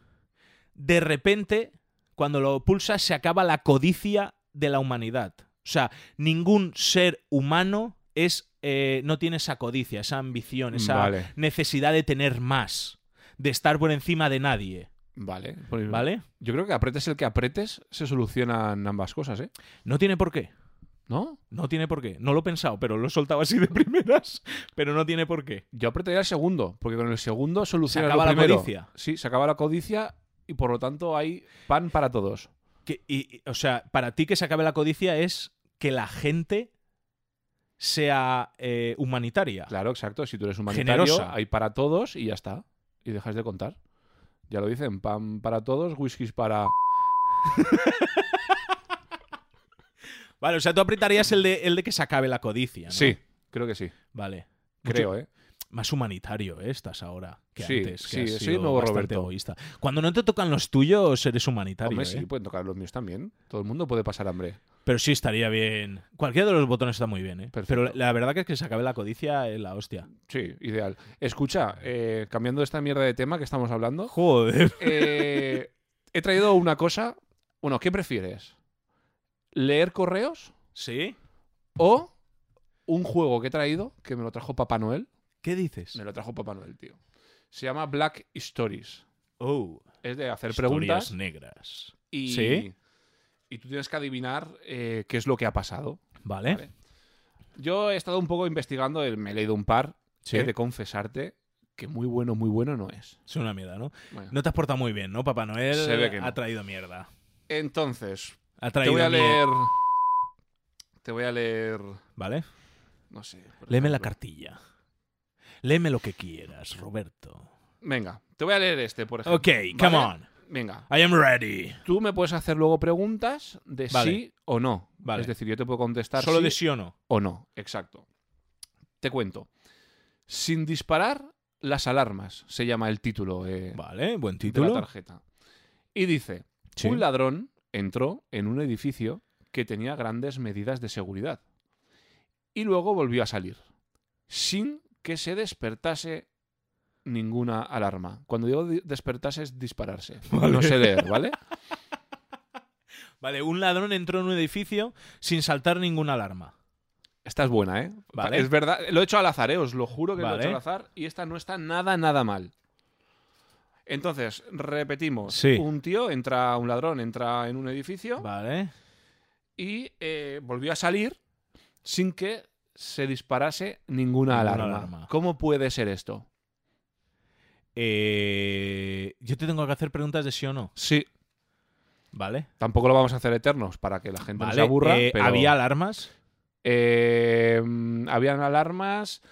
Speaker 3: de repente, cuando lo pulsas, se acaba la codicia de la humanidad. O sea, ningún ser humano es, eh, no tiene esa codicia, esa ambición, esa
Speaker 2: Vale.
Speaker 3: necesidad de tener más, de estar por encima de nadie,
Speaker 2: Vale. Pues
Speaker 3: ¿vale?
Speaker 2: Yo creo que apretes el que apretes, se solucionan ambas cosas, ¿eh?
Speaker 3: No tiene por qué.
Speaker 2: ¿No?
Speaker 3: No tiene por qué. No lo he pensado, pero lo he soltado así de primeras. Pero no tiene por qué.
Speaker 2: Yo apretaría el segundo, porque con el segundo solucionas
Speaker 3: acaba
Speaker 2: lo
Speaker 3: la
Speaker 2: primero.
Speaker 3: codicia.
Speaker 2: Sí, se acaba la codicia y por lo tanto hay pan para todos.
Speaker 3: Que- y, y- o sea, para ti que se acabe la codicia es que la gente sea eh, humanitaria.
Speaker 2: Claro, exacto. Si tú eres humanitario,
Speaker 3: Generosa.
Speaker 2: hay para todos y ya está. Y dejas de contar. Ya lo dicen, pan para todos, whiskies para...
Speaker 3: Vale, o sea, tú apretarías el de, el de que se acabe la codicia. ¿no?
Speaker 2: Sí, creo que sí.
Speaker 3: Vale. Mucho-
Speaker 2: Creo, ¿eh?
Speaker 3: Más humanitario ¿eh? estás ahora que
Speaker 2: Sí,
Speaker 3: antes. que
Speaker 2: sí,
Speaker 3: has
Speaker 2: soy
Speaker 3: sido
Speaker 2: el nuevo
Speaker 3: bastante
Speaker 2: Roberto.
Speaker 3: egoísta. Cuando no te tocan los tuyos, eres humanitario.
Speaker 2: Hombre,
Speaker 3: ¿eh?
Speaker 2: sí, pueden tocar los míos también. Todo el mundo puede pasar hambre.
Speaker 3: Pero sí estaría bien. Cualquiera de los botones está muy bien, ¿eh?
Speaker 2: Perfecto.
Speaker 3: Pero la, la verdad que es que se acabe la codicia es la hostia.
Speaker 2: Sí, ideal. Escucha, eh, cambiando esta mierda de tema que estamos hablando,
Speaker 3: Joder.
Speaker 2: eh, he traído una cosa. Bueno, ¿qué prefieres? ¿Leer correos
Speaker 3: ¿Sí?
Speaker 2: o un juego que he traído que me lo trajo Papá Noel?
Speaker 3: ¿Qué dices?
Speaker 2: Me lo trajo Papá Noel, tío. Se llama Black Stories.
Speaker 3: Oh,
Speaker 2: Es de hacer
Speaker 3: historias
Speaker 2: preguntas.
Speaker 3: negras.
Speaker 2: Y,
Speaker 3: Sí.
Speaker 2: y tú tienes que adivinar eh, qué es lo que ha pasado.
Speaker 3: Vale.
Speaker 2: Vale. Yo he estado un poco investigando, eh, me he leído un par.
Speaker 3: Sí.
Speaker 2: He de confesarte que muy bueno, muy bueno no es.
Speaker 3: Es una mierda, ¿no?
Speaker 2: Bueno.
Speaker 3: No te has portado muy bien, ¿no? Papá Noel
Speaker 2: Se ve que
Speaker 3: ha
Speaker 2: no.
Speaker 3: traído mierda.
Speaker 2: Entonces,
Speaker 3: Ha
Speaker 2: te
Speaker 3: traído eh.
Speaker 2: voy a
Speaker 3: mierda.
Speaker 2: leer. Te voy a leer.
Speaker 3: ¿Vale?
Speaker 2: No sé. por
Speaker 3: Léeme la
Speaker 2: ejemplo.
Speaker 3: cartilla. Léeme lo que quieras, Roberto.
Speaker 2: Venga, te voy a leer este, por ejemplo.
Speaker 3: Ok, come
Speaker 2: ¿Vale?
Speaker 3: on.
Speaker 2: Venga.
Speaker 3: I am ready.
Speaker 2: Tú me puedes hacer luego preguntas de
Speaker 3: Vale.
Speaker 2: sí o no.
Speaker 3: Vale.
Speaker 2: Es decir, yo te puedo contestar
Speaker 3: Solo
Speaker 2: sí
Speaker 3: de sí o no.
Speaker 2: o no. Exacto. Te cuento. Sin disparar las alarmas, se llama el título eh,
Speaker 3: Vale, buen
Speaker 2: de la
Speaker 3: título.
Speaker 2: tarjeta. Y dice,
Speaker 3: Sí.
Speaker 2: un ladrón entró en un edificio que tenía grandes medidas de seguridad y luego volvió a salir, sin que se despertase ninguna alarma. Cuando digo di- despertase es dispararse. No sé leer, ¿vale?
Speaker 3: Vale, un ladrón entró en un edificio sin saltar ninguna alarma.
Speaker 2: Esta es buena, ¿eh?
Speaker 3: Vale.
Speaker 2: Es verdad, lo he hecho al azar, ¿eh? Os lo juro que lo he
Speaker 3: Vale.
Speaker 2: hecho al azar y esta no está nada, nada mal. Entonces, repetimos.
Speaker 3: Sí.
Speaker 2: Un tío entra, un ladrón entra en un edificio
Speaker 3: Vale.
Speaker 2: y eh, volvió a salir sin que se disparase ninguna,
Speaker 3: Ninguna
Speaker 2: alarma.
Speaker 3: alarma.
Speaker 2: ¿Cómo puede ser esto?
Speaker 3: Eh, yo te tengo que hacer preguntas de sí o no.
Speaker 2: Sí,
Speaker 3: Vale.
Speaker 2: tampoco lo vamos a hacer eternos para que la gente no se
Speaker 3: Vale.
Speaker 2: aburra.
Speaker 3: eh,
Speaker 2: pero,
Speaker 3: ¿Había alarmas?
Speaker 2: Eh, mm, habían alarmas.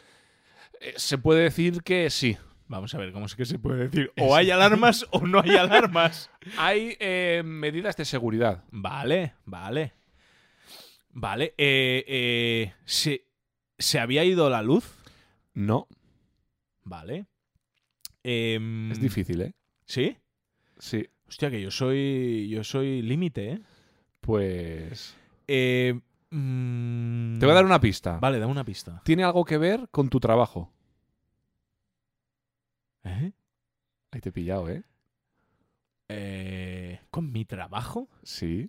Speaker 2: Eh, se puede decir que sí.
Speaker 3: Vamos a ver, ¿cómo es que se puede decir? O hay alarmas o no hay alarmas.
Speaker 2: Hay eh, medidas de seguridad.
Speaker 3: Vale, vale. Vale. eh, eh, ¿se, se había ido la luz?
Speaker 2: No,
Speaker 3: Vale. Em,
Speaker 2: es difícil, ¿eh?
Speaker 3: Mm. ¿Sí?
Speaker 2: Sí.
Speaker 3: Hostia, que yo soy. Yo soy límite, ¿eh?
Speaker 2: Pues.
Speaker 3: Eh, mm,
Speaker 2: Te voy a dar una pista.
Speaker 3: Vale, dame una pista.
Speaker 2: Tiene algo que ver con tu trabajo.
Speaker 3: ¿Eh?
Speaker 2: Ahí te he pillado, ¿eh?
Speaker 3: Eh, ¿Con mi trabajo?
Speaker 2: Sí.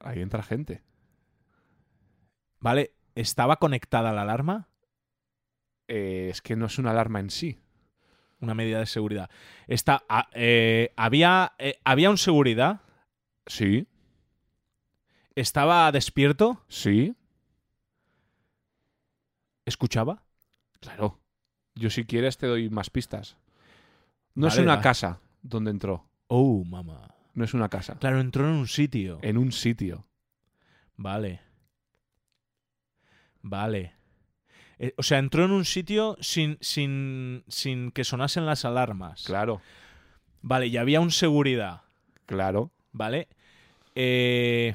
Speaker 2: Ahí entra gente.
Speaker 3: Vale, ¿estaba conectada la alarma?
Speaker 2: Eh, es que no es una alarma en sí.
Speaker 3: Una medida de seguridad. Está, ah, eh, había, eh, había un seguridad.
Speaker 2: Sí,
Speaker 3: ¿Estaba despierto?
Speaker 2: sí,
Speaker 3: ¿Escuchaba?
Speaker 2: claro. Yo si quieres te doy más pistas. No es
Speaker 3: Vale,
Speaker 2: una
Speaker 3: va.
Speaker 2: casa donde entró.
Speaker 3: Oh, mamá.
Speaker 2: No es una casa.
Speaker 3: Claro, entró en un sitio.
Speaker 2: En un sitio.
Speaker 3: Vale. Vale. Eh, o sea, entró en un sitio sin, sin, sin que sonasen las alarmas.
Speaker 2: Claro,
Speaker 3: Vale, y había un seguridad.
Speaker 2: claro.
Speaker 3: ¿Vale? Eh,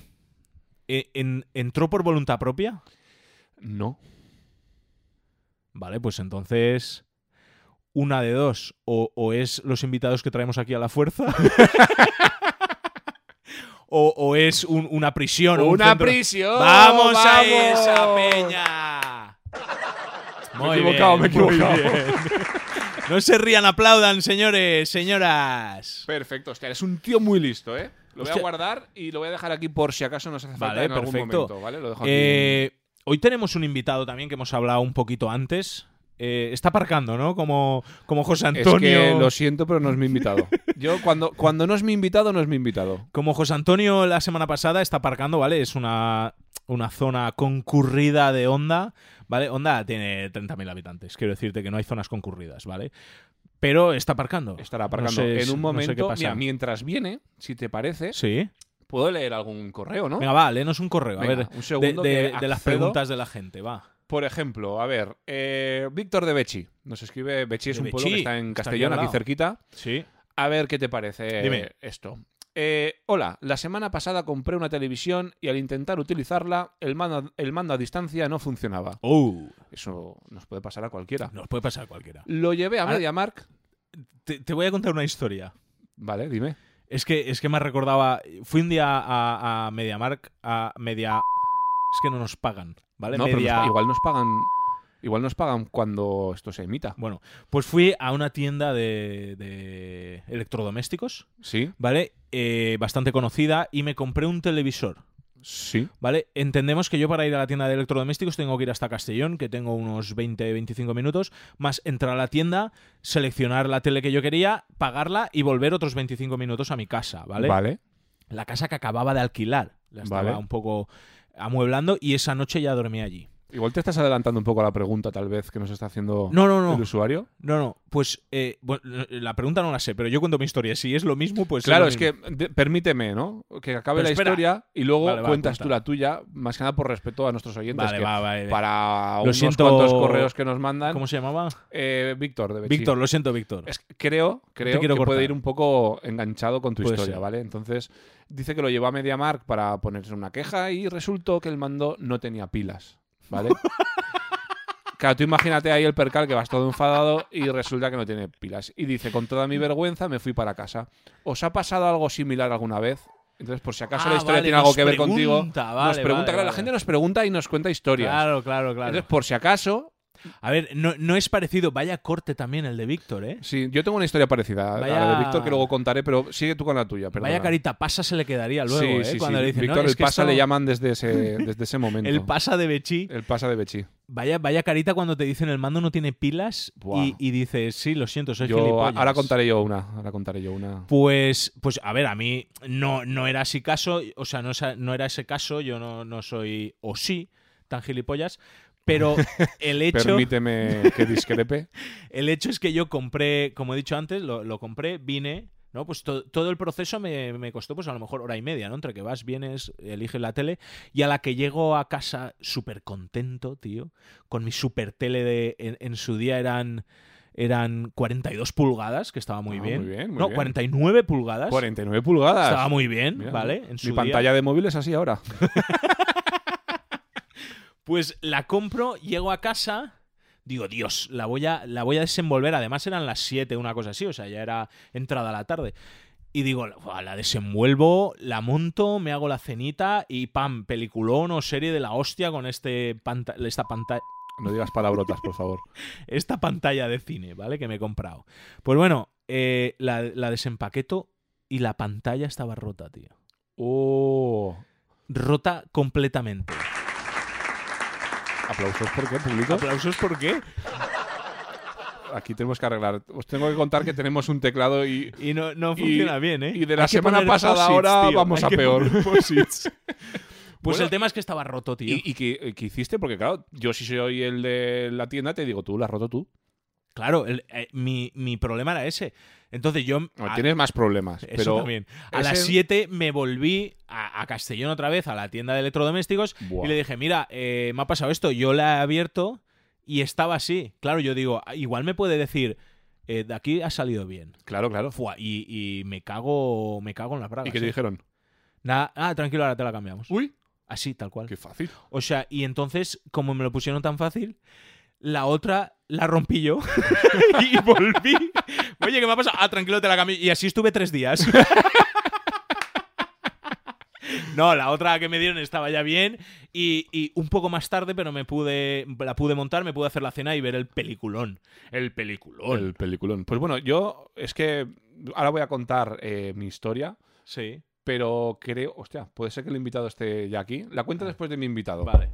Speaker 3: eh, en- ¿Entró por voluntad propia?
Speaker 2: No.
Speaker 3: Vale, pues entonces una de dos. O, o es los invitados que traemos aquí a la fuerza. o, o es un- una prisión. o un centro-
Speaker 2: prisión!
Speaker 3: ¡Vamos, a esa peña!
Speaker 2: he equivocado, me he
Speaker 3: muy
Speaker 2: equivocado.
Speaker 3: bien. No se rían, aplaudan, señores, señoras.
Speaker 2: Perfecto, hostia, eres un tío muy listo, ¿eh? Lo voy
Speaker 3: Hostia.
Speaker 2: a guardar y lo voy a dejar aquí por si acaso nos hace falta
Speaker 3: Vale,
Speaker 2: en algún
Speaker 3: perfecto.
Speaker 2: momento, ¿vale? Lo dejo aquí.
Speaker 3: Eh, hoy tenemos un invitado también que hemos hablado un poquito antes. Eh, está aparcando, ¿no? Como, como José
Speaker 2: es
Speaker 3: Antonio.
Speaker 2: que lo siento, pero no es mi invitado. Yo cuando, cuando no es mi invitado, no es mi invitado.
Speaker 3: Como José Antonio la semana pasada está aparcando, ¿vale? Es una, una zona concurrida de Onda, ¿vale? Onda tiene 30.000 habitantes, quiero decirte que no hay zonas concurridas, ¿vale? Pero está aparcando.
Speaker 2: Estará
Speaker 3: No
Speaker 2: aparcando
Speaker 3: sé-
Speaker 2: en un
Speaker 3: no sé
Speaker 2: momento.
Speaker 3: qué pasa.
Speaker 2: mira, mientras viene, si te parece,
Speaker 3: Sí.
Speaker 2: puedo leer algún correo, ¿no?
Speaker 3: Venga, va, léenos un correo.
Speaker 2: Venga,
Speaker 3: a ver,
Speaker 2: un segundo
Speaker 3: de, de-
Speaker 2: que
Speaker 3: de las
Speaker 2: accedo.
Speaker 3: preguntas de la gente, va.
Speaker 2: Por ejemplo, a ver, eh, Víctor de Bechi. Nos escribe Bechi, es
Speaker 3: De
Speaker 2: un pueblo que
Speaker 3: Bechi,
Speaker 2: está en
Speaker 3: está aquí
Speaker 2: Castellón,
Speaker 3: al
Speaker 2: aquí
Speaker 3: lado.
Speaker 2: cerquita.
Speaker 3: Sí.
Speaker 2: A ver qué te parece
Speaker 3: Dime.
Speaker 2: esto. Eh, hola, la semana pasada compré una televisión y al intentar utilizarla, el mando, el mando a distancia no funcionaba.
Speaker 3: Oh,
Speaker 2: Eso nos puede pasar a cualquiera.
Speaker 3: nos puede pasar cualquiera.
Speaker 2: Lo llevé a
Speaker 3: Ahora-
Speaker 2: MediaMark.
Speaker 3: Te, te voy a contar una historia.
Speaker 2: Vale, dime.
Speaker 3: Es que, es que me recordaba. Fui un día a, a MediaMark, a Media. Es que no nos pagan, ¿vale?
Speaker 2: No, pero
Speaker 3: Media-
Speaker 2: nos- igual nos pagan. Igual nos pagan cuando esto se emita.
Speaker 3: Bueno, pues fui a una tienda de, de electrodomésticos,
Speaker 2: Sí,
Speaker 3: ¿vale? Eh, bastante conocida y me compré un televisor,
Speaker 2: sí.
Speaker 3: ¿vale? Entendemos que yo para ir a la tienda de electrodomésticos tengo que ir hasta Castellón, que tengo unos 20-25 minutos, más entrar a la tienda, seleccionar la tele que yo quería, pagarla y volver otros 25 minutos a mi casa, ¿vale?
Speaker 2: Vale.
Speaker 3: La casa que acababa de alquilar, la estaba
Speaker 2: Vale.
Speaker 3: un poco amueblando y esa noche ya dormí allí.
Speaker 2: Igual te estás adelantando un poco a la pregunta, tal vez, que nos está haciendo
Speaker 3: No, no, no.
Speaker 2: el usuario.
Speaker 3: No, no, pues eh, bueno, la pregunta no la sé, pero yo cuento mi historia. Si es lo mismo, pues.
Speaker 2: Claro,
Speaker 3: lo
Speaker 2: es
Speaker 3: mismo.
Speaker 2: que de- permíteme, ¿no? Que acabe
Speaker 3: Pero
Speaker 2: la
Speaker 3: espera.
Speaker 2: historia y luego
Speaker 3: Vale, va,
Speaker 2: cuentas
Speaker 3: cuenta.
Speaker 2: tú la tuya, más que nada por respeto a nuestros oyentes.
Speaker 3: Vale,
Speaker 2: que
Speaker 3: va, vale.
Speaker 2: Para unos
Speaker 3: Eh, siento-
Speaker 2: cuantos correos que nos mandan,
Speaker 3: ¿Cómo se llamaba?
Speaker 2: eh, Víctor de Betxí.
Speaker 3: Víctor, lo siento, Víctor.
Speaker 2: Es que creo, creo
Speaker 3: te
Speaker 2: que
Speaker 3: quiero cortar.
Speaker 2: puede ir un poco enganchado con tu
Speaker 3: Puede
Speaker 2: historia,
Speaker 3: ser.
Speaker 2: ¿vale? Entonces, dice que lo llevó a MediaMark para ponerse una queja y resultó que el mando no tenía pilas, ¿vale? claro, tú imagínate ahí el percal que vas todo enfadado y resulta que no tiene pilas. Y dice, con
Speaker 3: Mm.
Speaker 2: toda mi vergüenza me fui para casa. ¿Os ha pasado algo similar alguna vez? Entonces, por si acaso
Speaker 3: Ah,
Speaker 2: la historia
Speaker 3: vale,
Speaker 2: tiene algo
Speaker 3: nos
Speaker 2: que ver contigo,
Speaker 3: pregunta, vale,
Speaker 2: nos pregunta,
Speaker 3: vale,
Speaker 2: claro, la
Speaker 3: vale.
Speaker 2: gente nos pregunta y nos cuenta historias.
Speaker 3: Claro, claro, claro.
Speaker 2: Entonces, por si acaso,
Speaker 3: A ver, no, no es parecido. Vaya corte también el de Víctor, ¿eh?
Speaker 2: Sí, yo tengo una historia parecida a- a la
Speaker 3: Vaya-
Speaker 2: de Víctor que luego contaré, pero sigue tú con la tuya. Perdona.
Speaker 3: Vaya carita, pasa se le quedaría luego,
Speaker 2: Sí,
Speaker 3: ¿eh?
Speaker 2: sí,
Speaker 3: Cuando
Speaker 2: sí.
Speaker 3: le dicen,
Speaker 2: Víctor,
Speaker 3: no, es
Speaker 2: el
Speaker 3: que
Speaker 2: pasa
Speaker 3: esto-
Speaker 2: le llaman desde ese, desde ese momento.
Speaker 3: El pasa de Bechi.
Speaker 2: El pasa de Bechi.
Speaker 3: Vaya, vaya carita cuando te dicen el mando no tiene pilas
Speaker 2: Buah.
Speaker 3: y, y dices, sí, lo siento, soy
Speaker 2: Yo,
Speaker 3: gilipollas.
Speaker 2: ahora contaré yo una. Ahora contaré yo una.
Speaker 3: Pues, pues a ver, a mí no, no era así caso, o sea, no, esa- no era ese caso, yo no, no soy, o sí, tan gilipollas, pero el hecho,
Speaker 2: Permíteme que discrepe.
Speaker 3: el hecho es que yo compré, como he dicho antes, lo, lo compré, vine, ¿no? Pues to- todo el proceso me, me costó pues a lo mejor hora y media, ¿no? Entre que vas, vienes, eliges la tele y a la que llego a casa súper contento, tío, con mi super tele de, en, en su día eran... Eran 42 pulgadas, que estaba muy
Speaker 2: Ah,
Speaker 3: bien.
Speaker 2: muy bien, muy
Speaker 3: no,
Speaker 2: bien.
Speaker 3: 49 pulgadas.
Speaker 2: 49 pulgadas.
Speaker 3: Estaba muy bien,
Speaker 2: Mira,
Speaker 3: ¿vale?
Speaker 2: Mi
Speaker 3: En su día.
Speaker 2: pantalla de móvil es así ahora.
Speaker 3: Pues la compro, llego a casa, digo, Dios, la voy a, la voy a desenvolver. Además eran las 7, una cosa así, o sea, ya era entrada la tarde. Y digo, "Buah, la desenvuelvo, la monto, me hago la cenita y pam, peliculón o serie de la hostia con este panta- esta pantalla
Speaker 2: No digas palabrotas, por favor.
Speaker 3: esta pantalla de cine, ¿vale? Que me he comprado. Pues bueno, eh, la, la desempaqueto y la pantalla estaba rota, tío.
Speaker 2: Oh.
Speaker 3: Rota completamente.
Speaker 2: ¿Aplausos por qué, público?
Speaker 3: ¿Aplausos por qué?
Speaker 2: Aquí tenemos que arreglar. Os tengo que contar que tenemos un teclado y.
Speaker 3: Y no, no funciona bien, ¿eh?
Speaker 2: y de la
Speaker 3: Hay que
Speaker 2: semana
Speaker 3: poner
Speaker 2: pasada
Speaker 3: posits,
Speaker 2: ahora
Speaker 3: tío.
Speaker 2: vamos
Speaker 3: Hay
Speaker 2: a
Speaker 3: que
Speaker 2: peor.
Speaker 3: poner posits. pues
Speaker 2: Bueno,
Speaker 3: el tema es que estaba roto, tío.
Speaker 2: ¿Y, y qué, eh, qué hiciste? Porque, claro, yo si soy el de la tienda, te digo, tú la has roto tú.
Speaker 3: Claro, el- eh, mi, mi problema era ese. Entonces yo...
Speaker 2: No,
Speaker 3: a-
Speaker 2: Ah, tienes más problemas.
Speaker 3: Ah, eso
Speaker 2: pero
Speaker 3: también. A
Speaker 2: ese-
Speaker 3: las 7 me volví a, a Castellón otra vez, a la tienda de electrodomésticos,
Speaker 2: Buah.
Speaker 3: y le dije, mira, eh, me ha pasado esto, yo la he abierto y estaba así. Claro, yo digo, "Ah, igual me puede decir, eh, de aquí ha salido bien.
Speaker 2: Claro, claro.
Speaker 3: Fua, y, y me cago me cago en las bragas.
Speaker 2: ¿Y qué te
Speaker 3: eh.
Speaker 2: dijeron?
Speaker 3: Nada, ah, tranquilo, ahora te la cambiamos.
Speaker 2: Uy,
Speaker 3: Así, tal cual.
Speaker 2: qué fácil.
Speaker 3: O sea, y entonces, como me lo pusieron tan fácil, la otra la rompí yo y volví. Oye, ¿qué me ha pasado? Ah, tranquilo, te la cambio. Y así estuve tres días. No, la otra que me dieron estaba ya bien y, y un poco más tarde, pero me pude la pude montar, me pude hacer la cena y ver el peliculón. El peliculón.
Speaker 2: El peliculón. Pues bueno, yo es que ahora voy a contar eh, mi historia,
Speaker 3: Sí.
Speaker 2: pero creo. Hostia, puede ser que el invitado esté ya aquí. La cuenta después de mi invitado.
Speaker 3: Ah. Vale.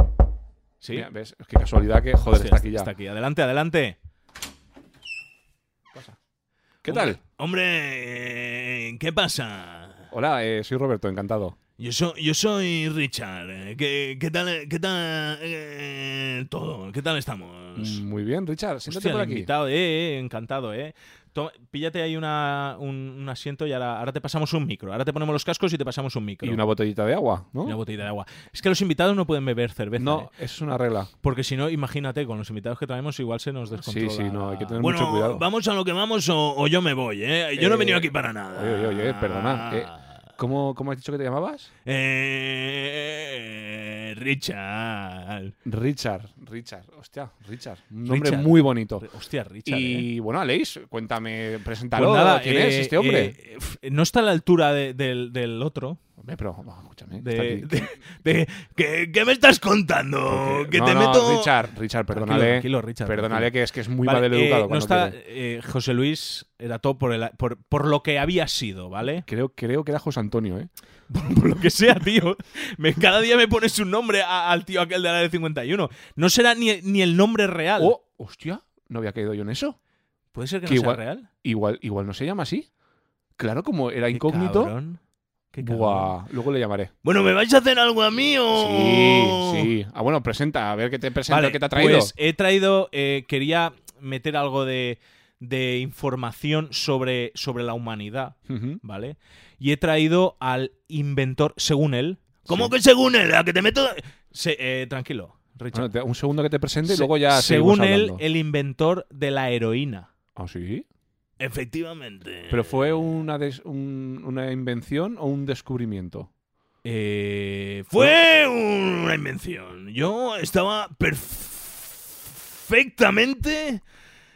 Speaker 3: Sí.
Speaker 2: Mira, ¿Ves? Qué casualidad que, joder,
Speaker 3: Hostia,
Speaker 2: está aquí ya.
Speaker 3: Está aquí. Adelante, adelante.
Speaker 2: ¿Qué tal?
Speaker 3: Hombre, ¿qué pasa?
Speaker 2: Hola, eh, soy Roberto, encantado.
Speaker 3: Yo soy, yo soy Richard. Eh, ¿Qué, qué tal, qué tal eh, todo? ¿Qué tal estamos?
Speaker 2: Muy bien, Richard, Mm, siéntate
Speaker 3: Pues Hostia,
Speaker 2: por
Speaker 3: el
Speaker 2: aquí.
Speaker 3: invitado, eh, eh, encantado, eh. Toma- píllate ahí una- un, un asiento y ahora, ahora te pasamos un micro. Ahora te ponemos los cascos y te pasamos un micro.
Speaker 2: Y una botellita de agua, ¿no?
Speaker 3: Una botella de agua. Es que los invitados no pueden beber cerveza.
Speaker 2: no,
Speaker 3: eh,
Speaker 2: eso es una regla.
Speaker 3: Porque si no, imagínate, con los invitados que traemos igual se nos descontrola.
Speaker 2: sí, no, hay que tener
Speaker 3: Bueno,
Speaker 2: mucho cuidado.
Speaker 3: ¿Vamos a lo que vamos o, o yo me voy? eh? Yo no he
Speaker 2: Eh,
Speaker 3: venido aquí para nada. Ah.
Speaker 2: Oye, oye, oye, perdona. eh, ¿cómo, cómo has dicho que te llamabas?
Speaker 3: Eh, Richard.
Speaker 2: Richard, Richard, hostia, Richard. Un nombre
Speaker 3: Richard.
Speaker 2: muy bonito.
Speaker 3: Hostia, Richard. eh.
Speaker 2: Y bueno, Aleix, cuéntame,
Speaker 3: Pues
Speaker 2: preséntalo. ¿Quién
Speaker 3: eh,
Speaker 2: es este hombre?
Speaker 3: eh, f- no está a la altura de- del, del otro.
Speaker 2: hombre, pero vamos, escúchame. está
Speaker 3: De,
Speaker 2: aquí.
Speaker 3: de- de- ¿qué, qué me estás contando?
Speaker 2: Porque-
Speaker 3: Que
Speaker 2: no,
Speaker 3: te
Speaker 2: no,
Speaker 3: meto.
Speaker 2: Richard, Richard, perdónale.
Speaker 3: tranquilo, Richard,
Speaker 2: perdónale,
Speaker 3: tranquilo.
Speaker 2: que es que es muy
Speaker 3: Vale,
Speaker 2: mal educado.
Speaker 3: eh, no
Speaker 2: cuando
Speaker 3: está,
Speaker 2: quiere.
Speaker 3: eh, José Luis era todo por, el, por, por lo que había sido, ¿vale?
Speaker 2: Creo, creo que era José Antonio, ¿eh?
Speaker 3: Por, por lo que sea, tío. Me- cada día me pones un nombre a- al tío aquel de la área 51. No será ni, ni el nombre real.
Speaker 2: Oh, hostia, no había caído yo en eso.
Speaker 3: ¿Puede ser que,
Speaker 2: que
Speaker 3: no sea
Speaker 2: igual-
Speaker 3: real?
Speaker 2: Igual, igual no se llama así. Claro, como era
Speaker 3: Qué
Speaker 2: incógnito.
Speaker 3: cabrón. Qué cabrón.
Speaker 2: Buah, luego le llamaré.
Speaker 3: Bueno, ¿me vais a hacer algo a mí
Speaker 5: Oh.
Speaker 3: o...?
Speaker 2: Sí, sí. Ah, bueno, presenta, a ver qué te presenta,
Speaker 3: Vale,
Speaker 2: qué te ha traído.
Speaker 3: pues he traído... eh, quería meter algo de, de información sobre, sobre la humanidad,
Speaker 2: Ujú.
Speaker 3: ¿vale? Y he traído al inventor, según él...
Speaker 2: ¿Cómo
Speaker 3: que según él? ¿A que te meto...? tranquilo, Richard.
Speaker 2: Bueno, te- un segundo que te presente y
Speaker 3: Se-
Speaker 2: luego ya
Speaker 3: según él,
Speaker 2: seguimos hablando.
Speaker 3: el inventor de la heroína.
Speaker 2: Ah, sí.
Speaker 3: Efectivamente.
Speaker 2: ¿Pero fue una, des- un- una invención o un descubrimiento?
Speaker 3: Eh, fue una invención. Yo estaba perfectamente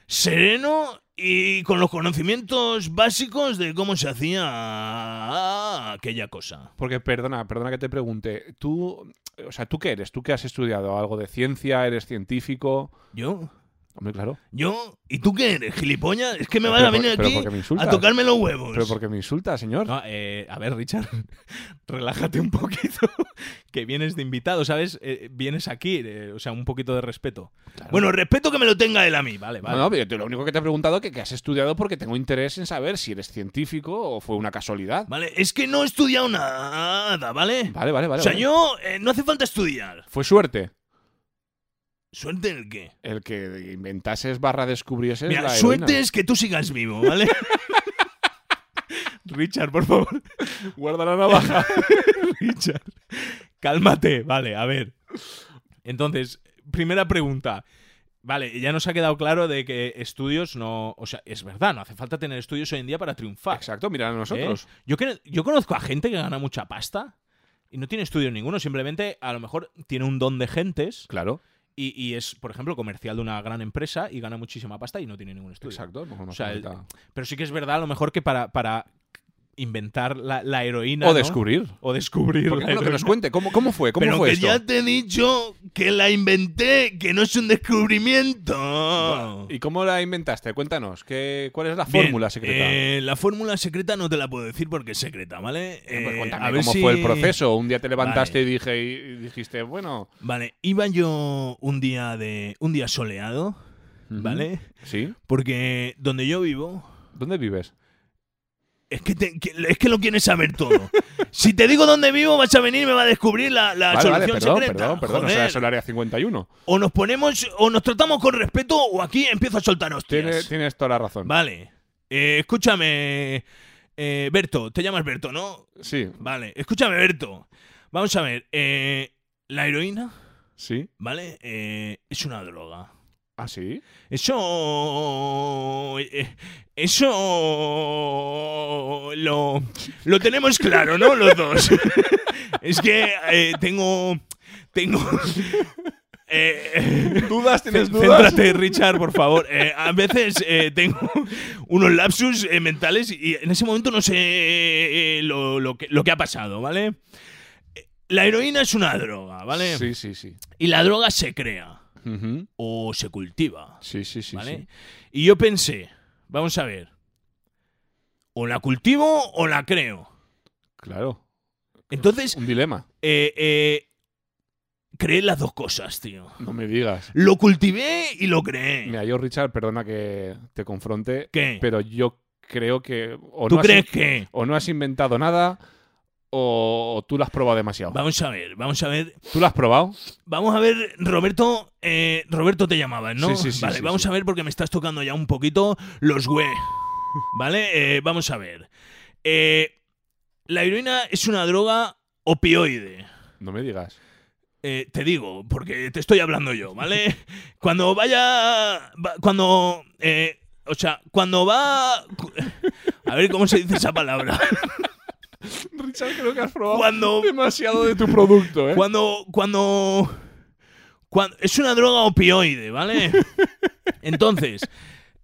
Speaker 3: sereno y con los conocimientos básicos de cómo se hacía aquella cosa.
Speaker 2: Porque, perdona, perdona que te pregunte. Tú, o sea, ¿tú qué eres? ¿Tú qué has estudiado? ¿Algo de ciencia? ¿Eres científico?
Speaker 3: Yo,
Speaker 2: Hombre, claro.
Speaker 5: Yo, ¿y tú qué eres, gilipollas? Es que me
Speaker 2: Pero
Speaker 5: vas a
Speaker 2: por-
Speaker 5: venir
Speaker 2: pero
Speaker 5: aquí
Speaker 2: porque me insultas.
Speaker 5: a tocarme los huevos.
Speaker 2: Pero porque me insulta, señor.
Speaker 5: Ah,
Speaker 3: eh, a ver, Richard, relájate un poquito, que vienes de invitado, ¿sabes? Eh, vienes aquí, eh, o sea, un poquito de respeto.
Speaker 5: Bueno, respeto que me lo tenga él a mí, vale,
Speaker 2: No, no, pero yo- lo único que te he preguntado es que, que has estudiado porque tengo interés en saber si eres científico o fue una casualidad.
Speaker 5: Vale, es que no he estudiado nada, ¿vale?
Speaker 2: Vale, vale, vale.
Speaker 5: o sea,
Speaker 2: vale.
Speaker 5: yo eh, no hace falta estudiar.
Speaker 2: Fue suerte
Speaker 5: ¿Suerte en el qué?
Speaker 2: el que inventases barra descubrieses
Speaker 5: Mira,
Speaker 2: la
Speaker 3: E,
Speaker 5: suerte
Speaker 2: heroína.
Speaker 5: es que tú sigas vivo, ¿vale?
Speaker 3: Richard, por favor,
Speaker 2: Guarda la navaja.
Speaker 3: Richard. Cálmate, vale, a ver. Entonces, primera pregunta. Vale, ya nos ha quedado claro de que estudios no. O sea, es verdad, no hace falta tener estudios hoy en día para triunfar.
Speaker 2: Exacto, mira a
Speaker 3: ¿eh?
Speaker 2: nosotros.
Speaker 3: Yo, cre- yo conozco a gente que gana mucha pasta y no tiene estudios ninguno, simplemente a lo mejor tiene un don de gentes
Speaker 2: Claro,
Speaker 3: y, y es, por ejemplo, comercial de una gran empresa y gana muchísima pasta y no tiene ningún estudio.
Speaker 2: exacto. no- no
Speaker 3: O sea, el-
Speaker 2: falta.
Speaker 3: Pero sí que es verdad, a lo mejor que para, para
Speaker 6: inventar la, la heroína.
Speaker 2: O
Speaker 6: ¿no?
Speaker 2: descubrir.
Speaker 6: O descubrir.
Speaker 2: Porque
Speaker 6: la
Speaker 2: bueno, que
Speaker 6: heroína.
Speaker 2: nos cuente, ¿cómo, cómo fue? ¿Cómo
Speaker 3: Pero
Speaker 2: fue
Speaker 3: que
Speaker 2: esto?
Speaker 3: ya te he dicho que la inventé, que no es un descubrimiento.
Speaker 2: ¿Y cómo la inventaste? Cuéntanos, ¿qué, ¿cuál es la
Speaker 3: Bien,
Speaker 2: fórmula secreta?
Speaker 3: eh, la fórmula secreta no te la puedo decir porque es secreta, ¿vale?
Speaker 2: Pues
Speaker 3: Eh,
Speaker 2: cuéntame
Speaker 3: a ver
Speaker 2: cómo
Speaker 3: si-
Speaker 2: fue el proceso. Un día te levantaste
Speaker 3: Vale.
Speaker 2: y, dije, y dijiste, bueno,
Speaker 3: Vale, iba yo un día de un día soleado,
Speaker 2: Ujú.
Speaker 3: ¿vale?
Speaker 2: ¿Mm? ¿sí?
Speaker 3: Porque donde yo vivo
Speaker 2: ¿Dónde vives?
Speaker 3: es que, te- que- es que lo quieres saber todo. si te digo dónde vivo vas a venir y me va a descubrir la, la
Speaker 2: Vale, vale,
Speaker 3: solución
Speaker 2: perdón,
Speaker 3: secreta.
Speaker 2: perdón, perdón, o sea,
Speaker 3: Joder.
Speaker 2: es el área 51.
Speaker 3: O nos ponemos o nos tratamos con respeto o aquí empiezo a soltar hostias.
Speaker 2: Tienes, tienes toda la razón.
Speaker 3: Vale. Eh, escúchame, eh, Berto. Te llamas Berto, ¿no?
Speaker 2: Sí,
Speaker 3: Vale. Escúchame, Berto. Vamos a ver. eh, la heroína,
Speaker 2: sí.
Speaker 3: ¿vale? Eh, es una droga.
Speaker 2: ¿Ah, sí?
Speaker 3: Eso... eh, Eso... Lo, lo tenemos claro, ¿no? Los dos. es que eh, tengo... Tengo... eh, eh,
Speaker 2: ¿Dudas? ¿Tienes dudas?
Speaker 3: Céntrate, Richard, por favor. Eh, a veces eh, tengo unos lapsus eh, mentales y en ese momento no sé eh, lo, lo que, lo que ha pasado, ¿vale? Eh, La heroína es una droga, ¿vale?
Speaker 2: Sí, sí, sí.
Speaker 3: Y la droga se crea
Speaker 2: Ujú.
Speaker 3: o se cultiva,
Speaker 2: Sí, sí, sí.
Speaker 3: ¿vale?
Speaker 2: sí.
Speaker 3: Y yo pensé, vamos a ver, o la cultivo o la creo.
Speaker 2: Claro.
Speaker 3: Entonces,
Speaker 2: Un dilema.
Speaker 3: eh, eh, creé las dos cosas, tío.
Speaker 2: No me digas.
Speaker 3: Lo cultivé y lo creé.
Speaker 2: Mira, yo, Richard, perdona que te confronte,
Speaker 3: ¿Qué?
Speaker 2: pero yo creo que o
Speaker 3: ¿Tú
Speaker 2: no, has,
Speaker 3: crees que?
Speaker 2: o no has inventado nada o, tú lo has probado demasiado.
Speaker 3: Vamos a ver, vamos a ver.
Speaker 2: ¿Tú lo has probado?
Speaker 3: Vamos a ver, Roberto. eh, Roberto te llamabas,
Speaker 2: Sí,
Speaker 3: ¿no?
Speaker 2: sí, sí,
Speaker 3: vale,
Speaker 2: sí,
Speaker 3: vamos
Speaker 2: sí.
Speaker 3: a ver porque me estás tocando ya un poquito los güey. ¿Vale? Eh, vamos a ver. Eh, la heroína es una droga opioide.
Speaker 2: No me digas.
Speaker 3: Eh, te digo, porque te estoy hablando yo, ¿vale? Cuando vaya. va- Cuando. eh, o sea, cuando va. A ver cómo se dice esa palabra.
Speaker 2: Richard, creo que has probado
Speaker 3: Cuando.
Speaker 2: demasiado de tu producto, ¿eh?
Speaker 3: Cuando, cuando, cuan- Es una droga opioide, ¿vale? Entonces,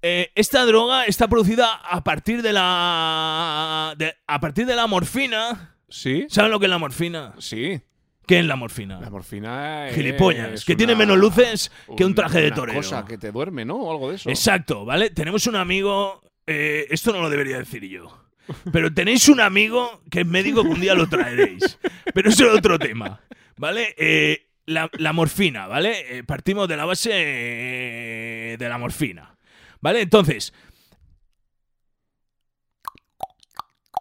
Speaker 3: eh, esta droga está producida a partir de la. de- a partir de la morfina.
Speaker 2: ¿Sí?
Speaker 3: ¿Saben lo que es la morfina?
Speaker 2: Sí.
Speaker 3: ¿Qué es la morfina?
Speaker 2: La morfina es
Speaker 3: Gilipollas, que
Speaker 2: una-
Speaker 3: tiene menos luces que un traje de
Speaker 2: una
Speaker 3: torero.
Speaker 2: cosa que te duerme, ¿no? O algo de eso.
Speaker 3: Exacto, ¿vale? Tenemos un amigo. eh, esto no lo debería decir yo. Pero tenéis un amigo que es médico que un día lo traeréis. Pero eso es otro tema, ¿vale? Eh, la, la morfina, ¿vale? Eh, partimos de la base eh, de la morfina, ¿vale? Entonces.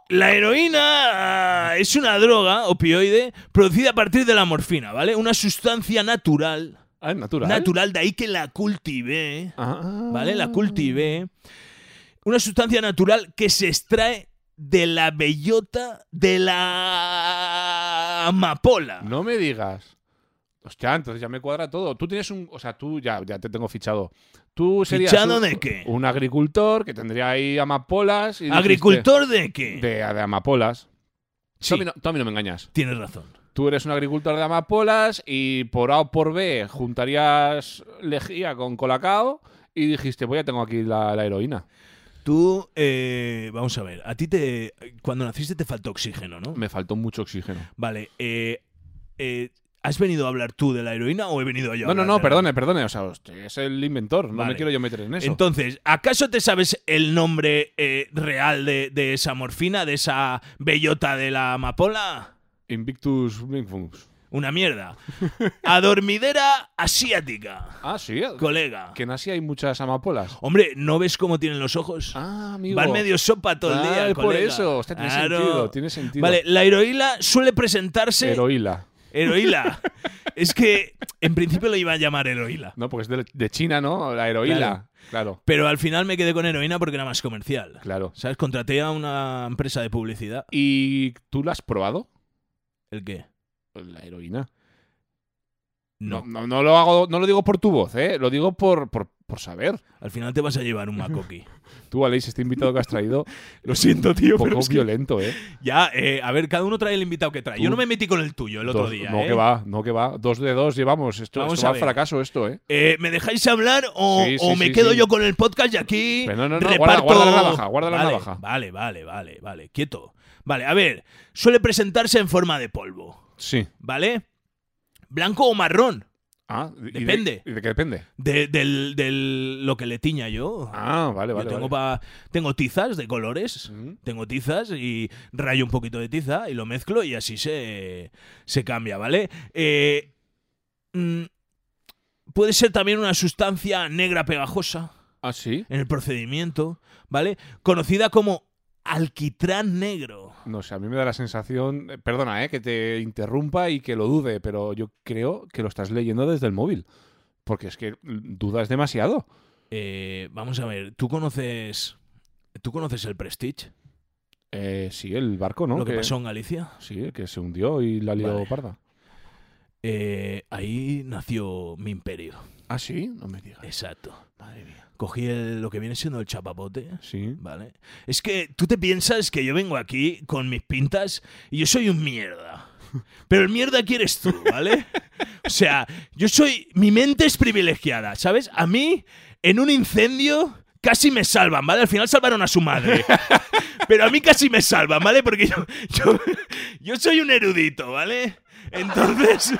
Speaker 3: La heroína ah, es una droga opioide producida a partir de la morfina, ¿vale? Una sustancia natural.
Speaker 2: Ah, es natural.
Speaker 3: Natural, de ahí que la cultivé.
Speaker 2: Ah.
Speaker 3: ¿vale? La cultivé. Una sustancia natural que se extrae de la bellota de la amapola.
Speaker 2: No me digas. Hostia, entonces ya me cuadra todo. Tú tienes un. O sea, tú ya, ya te tengo fichado. Tú serías.
Speaker 3: ¿Fichado
Speaker 2: un,
Speaker 3: de qué?
Speaker 2: Un agricultor que tendría ahí amapolas. Y dijiste-
Speaker 3: ¿Agricultor de qué?
Speaker 2: De, de amapolas.
Speaker 3: Sí,
Speaker 2: Tú, a mí no, tú a mí no me engañas.
Speaker 3: tienes razón.
Speaker 2: Tú eres un agricultor de amapolas y por A o por B juntarías lejía con colacao y dijiste, voy, ya tengo aquí la, la heroína.
Speaker 3: Tú, eh, vamos a ver, a ti te... Cuando naciste te faltó oxígeno, ¿no?
Speaker 2: Me faltó mucho oxígeno.
Speaker 3: Vale, eh, eh, ¿has venido a hablar tú de la heroína o he venido yo?
Speaker 2: No,
Speaker 3: a
Speaker 2: no,
Speaker 3: hablar
Speaker 2: no,
Speaker 3: de la-
Speaker 2: perdone, perdone. O sea, usted es el inventor. No
Speaker 3: Vale.
Speaker 2: me quiero yo meter en eso.
Speaker 3: Entonces, ¿acaso te sabes el nombre eh, real de, de esa morfina, de esa bellota de la amapola?
Speaker 2: Invictus Bigfungus.
Speaker 3: Una mierda. Adormidera asiática,
Speaker 2: Ah, sí.
Speaker 3: colega.
Speaker 2: Que en Asia hay muchas amapolas.
Speaker 3: Hombre, ¿no ves cómo tienen los ojos?
Speaker 2: Ah, amigo.
Speaker 3: Van medio sopa todo el día.
Speaker 2: Claro, por
Speaker 3: colega.
Speaker 2: eso. Hostia, tiene
Speaker 3: Claro.
Speaker 2: sentido, tiene sentido.
Speaker 3: Vale, la heroína suele presentarse.
Speaker 2: Heroíla.
Speaker 3: heroíla. es que en principio lo iba a llamar heroíla.
Speaker 2: No, porque es de, de China, ¿no? La heroíla. Claro,
Speaker 3: Pero al final me quedé con heroína porque era más comercial.
Speaker 2: claro.
Speaker 3: ¿Sabes? Contraté a una empresa de publicidad.
Speaker 2: ¿Y tú la has probado?
Speaker 3: ¿El qué?
Speaker 2: La heroína.
Speaker 3: No.
Speaker 2: No, no lo hago, no lo digo por tu voz, ¿eh? Lo digo por, por, por saber.
Speaker 3: Al final te vas a llevar un macoqui.
Speaker 2: Tú, Aleix, este invitado que has traído,
Speaker 3: Lo siento, tío,
Speaker 2: un
Speaker 3: pero
Speaker 2: poco
Speaker 3: es que-
Speaker 2: violento, ¿eh?
Speaker 3: Ya, eh, a ver, cada uno trae el invitado que trae. Yo
Speaker 2: Tú-
Speaker 3: no me metí con el tuyo el otro
Speaker 2: Dos-
Speaker 3: día.
Speaker 2: No,
Speaker 3: ¿eh?
Speaker 2: que va, no, que va. Dos de dos llevamos. Esto,
Speaker 3: Vamos
Speaker 2: esto va
Speaker 3: a
Speaker 2: a
Speaker 3: ver.
Speaker 2: fracaso, esto, ¿eh?
Speaker 3: Eh, ¿Me dejáis hablar o,
Speaker 2: Sí, sí,
Speaker 3: o me
Speaker 2: sí,
Speaker 3: quedo
Speaker 2: sí.
Speaker 3: yo con el podcast y aquí
Speaker 2: Pero no, no, no, guarda-
Speaker 3: reparto?
Speaker 2: guarda la navaja, guarda la
Speaker 3: Vale,
Speaker 2: navaja.
Speaker 3: Vale, vale, vale, vale, quieto. Vale, a ver. Suele presentarse en forma de polvo.
Speaker 2: Sí.
Speaker 3: ¿Vale? Blanco o marrón.
Speaker 2: Ah, y de-
Speaker 3: Depende.
Speaker 2: ¿Y de qué depende?
Speaker 3: De, del, del- lo que le tiña yo.
Speaker 2: Ah, vale,
Speaker 3: Yo
Speaker 2: vale.
Speaker 3: tengo,
Speaker 2: vale.
Speaker 3: pa- tengo tizas de colores.
Speaker 2: Mm.
Speaker 3: Tengo tizas y rayo un poquito de tiza y lo mezclo y así se, se cambia, ¿vale? Eh, mm, puede ser también una sustancia negra pegajosa
Speaker 2: Ah, sí.
Speaker 3: en el procedimiento, ¿vale? Conocida como alquitrán negro.
Speaker 2: No sé, a mí me da la sensación. eh, Perdona, eh, que te interrumpa y que lo dude, pero yo creo que lo estás leyendo desde el móvil. Porque es que mm, dudas demasiado.
Speaker 3: Eh, vamos a ver, ¿tú conoces, ¿tú conoces el Prestige?
Speaker 2: Eh, sí, el barco, ¿no?
Speaker 3: Lo que pasó en Galicia.
Speaker 2: Sí, el que se hundió y la lió
Speaker 3: Vale.
Speaker 2: parda.
Speaker 3: Eh, ahí nació mi imperio.
Speaker 2: Ah, sí, no me digas.
Speaker 3: Exacto.
Speaker 2: Madre mía.
Speaker 3: Cogí el- lo que viene siendo el chapapote.
Speaker 2: Sí.
Speaker 3: Vale. Es que tú te piensas que yo vengo aquí con mis pintas y yo soy un mierda. Pero el mierda aquí eres tú, ¿vale? O sea, yo soy. Mi mente es privilegiada, ¿sabes? A mí, en un incendio, casi me salvan, ¿vale? Al final salvaron a su madre. Pero a mí casi me salvan, ¿vale? Porque yo, yo, yo soy un erudito, ¿vale? Entonces.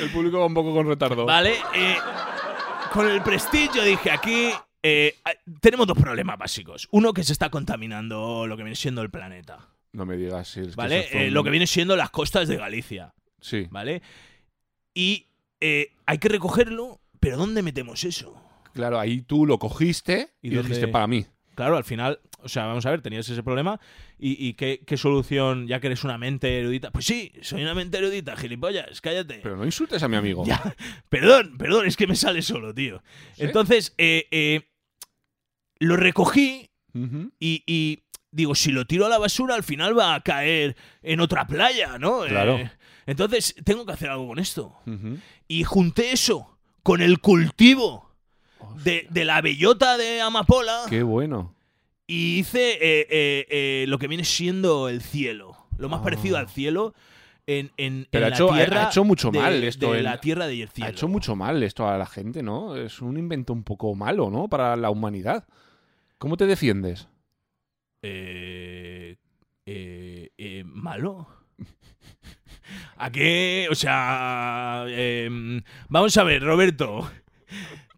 Speaker 2: El público va un poco con retardo.
Speaker 3: Vale, eh, con el prestigio dije aquí. eh, ah, tenemos dos problemas básicos. Uno que se está contaminando lo que viene siendo el planeta,
Speaker 2: No me digas, sí. es que
Speaker 3: ¿vale?
Speaker 2: eso fue
Speaker 3: Eh,
Speaker 2: un-
Speaker 3: lo que viene siendo las costas de Galicia,
Speaker 2: Sí.
Speaker 3: ¿vale? Y eh, hay que recogerlo, pero ¿dónde metemos eso?
Speaker 2: Claro, ahí tú lo cogiste
Speaker 7: ¿Y
Speaker 2: y,
Speaker 7: dónde-
Speaker 2: dijiste para mí.
Speaker 7: Claro, al final, o sea, vamos a ver, tenías ese problema y, y qué, qué solución, ya que eres una mente erudita.
Speaker 3: Pues sí, soy una mente erudita, gilipollas, cállate.
Speaker 2: Pero no insultes a mi amigo.
Speaker 3: Ya, perdón, perdón, es que me sale solo, tío.
Speaker 2: ¿Sí?
Speaker 3: Entonces, eh, eh, lo recogí
Speaker 2: Ujú.
Speaker 3: Y, y digo, si lo tiro a la basura, al final va a caer en otra playa, ¿no? Eh,
Speaker 2: Claro.
Speaker 3: entonces, tengo que hacer algo con esto.
Speaker 2: Ujú.
Speaker 3: Y junté eso con el cultivo de, de la bellota de amapola
Speaker 2: Qué bueno.
Speaker 3: y hice eh, eh, eh, lo que viene siendo el cielo. Lo más
Speaker 2: Ah.
Speaker 3: parecido al cielo en, en,
Speaker 2: Pero
Speaker 3: en
Speaker 2: ha
Speaker 3: la
Speaker 2: hecho- ha- ha
Speaker 3: tierra.
Speaker 2: hecho mucho
Speaker 3: de-
Speaker 2: mal esto
Speaker 3: de
Speaker 2: en-
Speaker 3: la tierra del cielo.
Speaker 2: Ha hecho mucho mal esto a la gente, ¿no? Es un invento un poco malo, ¿no? Para la humanidad. ¿Cómo te defiendes?
Speaker 3: Eh, eh, eh, ¿Malo? ¿A qué? O sea, em, vamos a ver, Roberto.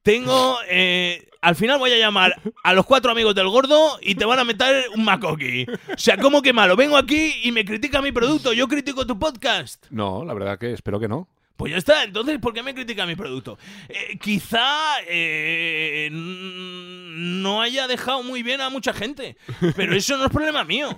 Speaker 3: Tengo... eh, al final voy a llamar a los cuatro amigos del gordo y te van a meter un macoqui. O sea, ¿cómo que malo? Vengo aquí y me critica mi producto, yo critico tu podcast.
Speaker 2: No, la verdad que espero que no.
Speaker 3: Pues ya está, entonces, ¿por qué me critica mi producto? Eh, quizá eh, n- no haya dejado muy bien a mucha gente, pero eso no es problema mío.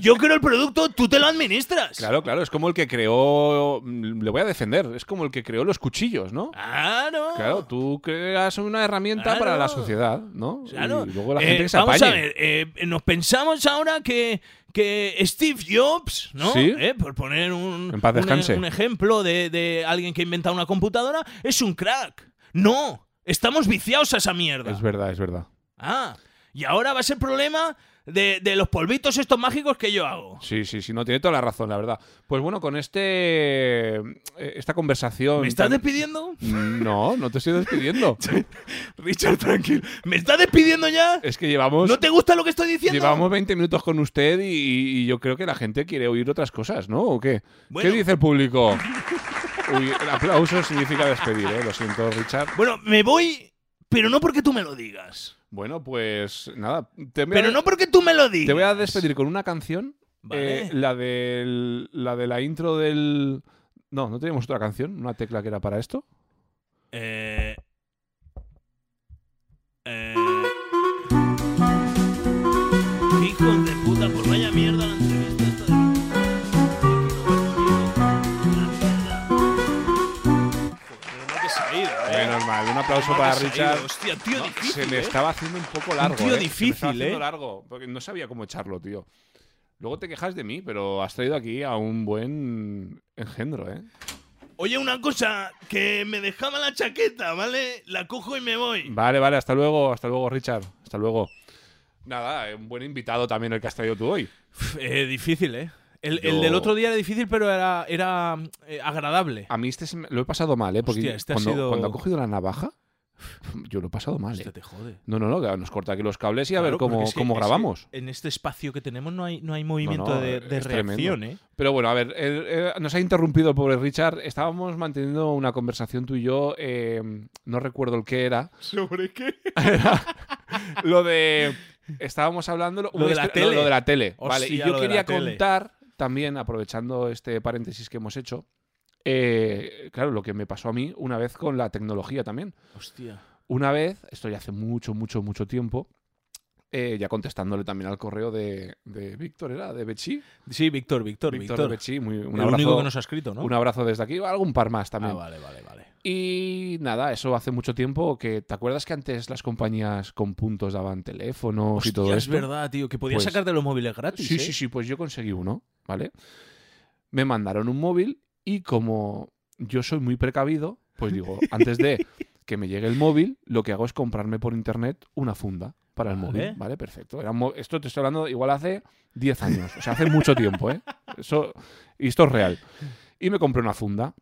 Speaker 3: Yo creo el producto, tú te lo administras.
Speaker 2: Claro, claro, es como el que creó. mm, Le voy a defender, es como el que creó los cuchillos, ¿no?
Speaker 3: Claro.
Speaker 2: Claro, tú creas una herramienta
Speaker 3: Ah. Claro.
Speaker 2: para la sociedad, ¿no?
Speaker 3: Claro.
Speaker 2: Y luego la
Speaker 3: Eh,
Speaker 2: gente que se
Speaker 3: vamos
Speaker 2: apañe.
Speaker 3: a ver, eh, nos pensamos ahora que, que Steve Jobs, ¿no?
Speaker 2: Sí.
Speaker 3: Eh, por poner un,
Speaker 2: En paz
Speaker 3: un- e-,
Speaker 2: descanse.
Speaker 3: un ejemplo de, de alguien que ha inventado una computadora, es un crack. No, estamos viciados a esa mierda.
Speaker 2: Es verdad, es verdad.
Speaker 3: Ah, y ahora va a ser problema de, de los polvitos estos mágicos que yo hago.
Speaker 2: Sí, sí, sí, no tiene toda la razón, la verdad. Pues bueno, con este. eh, Esta conversación.
Speaker 3: ¿Me estás
Speaker 2: tan- Mm,
Speaker 3: despidiendo?
Speaker 2: No, no te estoy despidiendo.
Speaker 3: Richard, tranquilo. ¿Me estás despidiendo ya?
Speaker 2: es que llevamos.
Speaker 3: ¿No te gusta lo que estoy diciendo?
Speaker 2: Llevamos 20 minutos con usted y, y yo creo que la gente quiere oír otras cosas, ¿no? ¿O qué?
Speaker 3: Bueno.
Speaker 2: ¿Qué dice el público? Uy, el aplauso significa despedir, ¿eh? Lo siento, Richard.
Speaker 3: Bueno, me voy, pero no porque tú me lo digas.
Speaker 2: Bueno, pues nada. Te voy,
Speaker 3: Pero
Speaker 2: a,
Speaker 3: no porque tú me lo digas.
Speaker 2: te voy a despedir con una canción.
Speaker 3: Vale.
Speaker 2: eh, la, del, la de la intro del. No, no teníamos otra canción, una tecla que era para esto.
Speaker 3: Eh, eh, hijos de puta, por vaya mierda la entrevista esta de- Joder, no te se ha ido, eh.
Speaker 2: Menos mal, un aplauso
Speaker 3: No te
Speaker 2: para
Speaker 3: se ha
Speaker 2: Richard.
Speaker 3: ido. Hostia, tío,
Speaker 2: No,
Speaker 3: difícil,
Speaker 2: se me
Speaker 3: eh.
Speaker 2: estaba haciendo un poco largo.
Speaker 3: tío
Speaker 2: eh. Se me
Speaker 3: difícil,
Speaker 2: estaba haciendo
Speaker 3: eh.
Speaker 2: largo, porque no sabía cómo echarlo, tío. Luego te quejas de mí, pero has traído aquí a un buen engendro, ¿eh?
Speaker 3: Oye, una cosa, que me dejaba la chaqueta, ¿vale? La cojo y me voy.
Speaker 2: Vale, vale, hasta luego, hasta luego, Richard. Hasta luego. Nada, eh, un buen invitado también el que has traído tú hoy.
Speaker 7: difícil, ¿eh? El,
Speaker 2: Yo-
Speaker 7: el del otro día era difícil, pero era, era eh, agradable.
Speaker 2: Ah, A mí este se me- lo he pasado mal, ¿eh? Porque
Speaker 7: Hostia, este ha
Speaker 2: cuando,
Speaker 7: sido-
Speaker 2: cuando ha cogido la navaja, Yo lo he pasado mal.
Speaker 3: Hostia,
Speaker 2: eh.
Speaker 3: te jode.
Speaker 2: No, no, no, que nos corta aquí los cables y a
Speaker 3: Claro,
Speaker 2: ver cómo,
Speaker 3: porque es que-
Speaker 2: cómo
Speaker 3: es que
Speaker 2: grabamos.
Speaker 3: en este espacio que tenemos no hay, no hay movimiento
Speaker 2: no,
Speaker 3: de, de
Speaker 2: es tremendo.
Speaker 3: reacción, ¿eh?
Speaker 2: Pero bueno, a ver, el- eh, nos ha interrumpido el pobre Richard. Estábamos manteniendo una conversación tú y yo, eh, no recuerdo el que era.
Speaker 3: ¿Sobre qué?
Speaker 2: Lo de. Estábamos hablando.
Speaker 3: Lo de la
Speaker 2: lo-
Speaker 3: tele.
Speaker 2: lo de la tele.
Speaker 3: Hostia,
Speaker 2: vale, y
Speaker 3: lo
Speaker 2: yo
Speaker 3: de
Speaker 2: quería
Speaker 3: la tele.
Speaker 2: contar también, aprovechando este paréntesis que hemos hecho, eh, claro, lo que me pasó a mí una vez con la tecnología también.
Speaker 3: Hostia.
Speaker 2: Una vez, esto ya hace mucho, mucho, mucho tiempo, eh, ya contestándole también al correo de, de Víctor, ¿era? ¿De Bechi?
Speaker 3: Sí, Víctor,
Speaker 2: Víctor
Speaker 3: Víctor, Víctor.
Speaker 2: de Bechi, muy, un
Speaker 3: El
Speaker 2: abrazo.
Speaker 3: único que nos ha escrito, ¿no?
Speaker 2: Un abrazo desde aquí, algún par más
Speaker 3: Ah,
Speaker 2: también.
Speaker 3: vale, vale, vale.
Speaker 2: Y nada, eso hace mucho tiempo que. ¿Te acuerdas que antes las compañías con puntos daban teléfonos y todo
Speaker 3: Hostia, es
Speaker 2: esto?
Speaker 3: verdad, tío, que podías
Speaker 2: Pues-
Speaker 3: sacarte los móviles gratis.
Speaker 2: Sí,
Speaker 3: ¿eh?
Speaker 2: sí, sí, pues yo conseguí uno, ¿vale? Me mandaron un móvil y como yo soy muy precavido, pues digo, antes de que me llegue el móvil, lo que hago es comprarme por internet una funda para el
Speaker 3: Vale.
Speaker 2: móvil, ¿vale? Perfecto. Era un mo- esto te estoy hablando igual hace 10 años, o sea, hace mucho tiempo, ¿eh? Eso, y esto es real. Y me compré una funda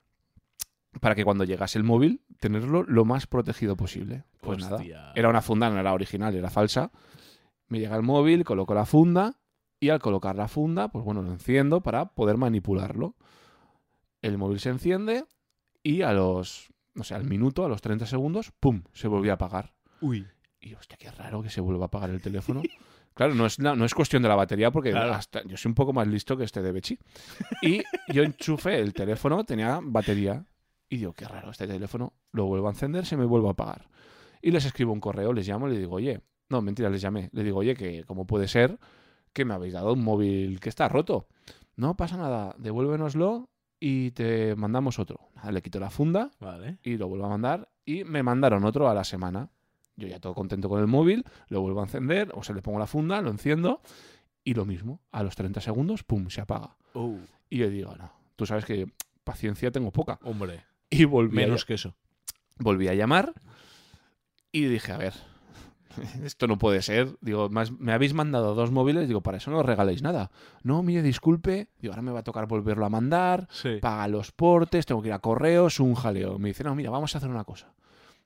Speaker 2: para que cuando llegase el móvil, tenerlo lo más protegido posible. Pues nada,
Speaker 3: Hostia.
Speaker 2: era una funda, no era original, era falsa. Me llega el móvil, coloco la funda y al colocar la funda, pues bueno, lo enciendo para poder manipularlo. El móvil se enciende y a los, no sé, al minuto, a los 30 segundos, ¡pum!, se volvió a apagar.
Speaker 3: Uy.
Speaker 2: Y hostia, qué raro que se vuelva a apagar el teléfono. Claro, no es, la- no es cuestión de la batería porque
Speaker 3: Claro.
Speaker 2: hasta- yo soy un poco más listo que este de Bechi. Y yo enchufé el teléfono, tenía batería. Y digo, qué raro, este teléfono lo vuelvo a encender, se me vuelve a apagar. Y les escribo un correo, les llamo y le digo, oye, no, mentira, les llamé. Le digo, oye, que cómo puede ser que me habéis dado un móvil que está roto. No pasa nada, devuélvenoslo y te mandamos otro. Nada, le quito la funda,
Speaker 3: Vale.
Speaker 2: y lo vuelvo a mandar. Y me mandaron otro a la semana. Yo ya todo contento con el móvil, lo vuelvo a encender, o se le pongo la funda, lo enciendo y lo mismo, a los 30 segundos, pum, se apaga.
Speaker 3: Oh,
Speaker 2: Y yo digo, no, tú sabes que paciencia tengo poca.
Speaker 3: hombre.
Speaker 2: Y volví,
Speaker 3: Menos
Speaker 2: a,
Speaker 3: que eso.
Speaker 2: volví a llamar y dije, a ver, esto no puede ser. Digo, más, me habéis mandado dos móviles, digo, para eso no os regaléis nada. No, mire, disculpe, digo, ahora me va a tocar volverlo a mandar,
Speaker 3: Sí.
Speaker 2: paga los portes, tengo que ir a correos, un jaleo. Me dice, no, mira, vamos a hacer una cosa.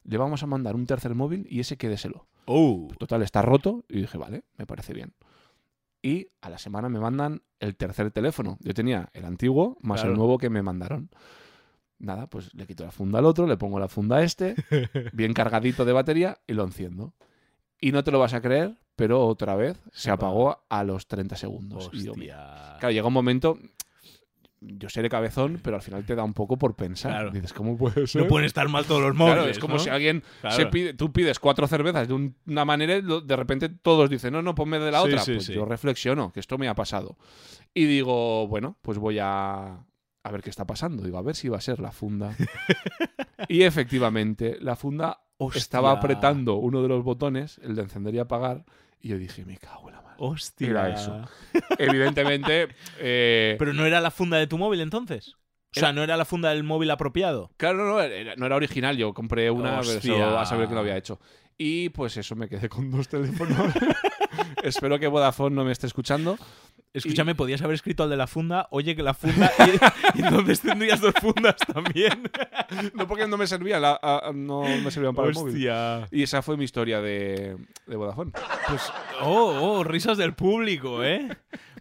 Speaker 2: Le vamos a mandar un tercer móvil y ese quédeselo.
Speaker 3: Oh.
Speaker 2: Total, está roto. Y dije, vale, me parece bien. Y a la semana me mandan el tercer teléfono. Yo tenía el antiguo más
Speaker 3: Claro.
Speaker 2: el nuevo que me mandaron. Nada, pues le quito la funda al otro, le pongo la funda a este, bien cargadito de batería y lo enciendo. Y no te lo vas a creer, pero otra vez se apagó a los 30 segundos. Y yo, mira,
Speaker 3: Hostia.
Speaker 2: Claro, llega un momento. Yo seré cabezón, pero al final te da un poco por pensar.
Speaker 3: Claro.
Speaker 2: Dices, ¿cómo puede ser?
Speaker 3: No pueden estar mal todos los móviles.
Speaker 2: Claro, es como
Speaker 3: ¿no?
Speaker 2: si alguien
Speaker 3: Claro.
Speaker 2: se pide, tú pides cuatro cervezas de un- una manera y lo- de repente todos dicen, no, no, ponme de la
Speaker 3: Sí,
Speaker 2: otra.
Speaker 3: sí,
Speaker 2: pues
Speaker 3: sí.
Speaker 2: yo reflexiono, que esto me ha pasado. Y digo, bueno, pues voy a, a ver qué está pasando. Digo, a ver si va a ser la funda. y efectivamente, la funda estaba
Speaker 3: Hostia.
Speaker 2: apretando uno de los botones, el de encender y apagar, y yo dije, me cago en la madre.
Speaker 3: Hostia.
Speaker 2: Era eso. Evidentemente, eh,
Speaker 3: Pero no era la funda de tu móvil entonces. O sea, no era la funda del móvil apropiado.
Speaker 2: Claro, no, no, era, no era original. Yo compré una, pero
Speaker 3: Hostia.
Speaker 2: eso a saber que lo había hecho. Y pues eso, me quedé con dos teléfonos. Espero que Vodafone no me esté escuchando.
Speaker 3: Escúchame, podías haber escrito al de la funda, oye que la funda, y, y entonces tendrías dos fundas también.
Speaker 2: No porque no me servían, la- a- a- no me servían para el móvil.
Speaker 3: Hostia.
Speaker 2: Y esa fue mi historia de, de Vodafone.
Speaker 3: Pues, oh, oh, risas del público, ¿eh?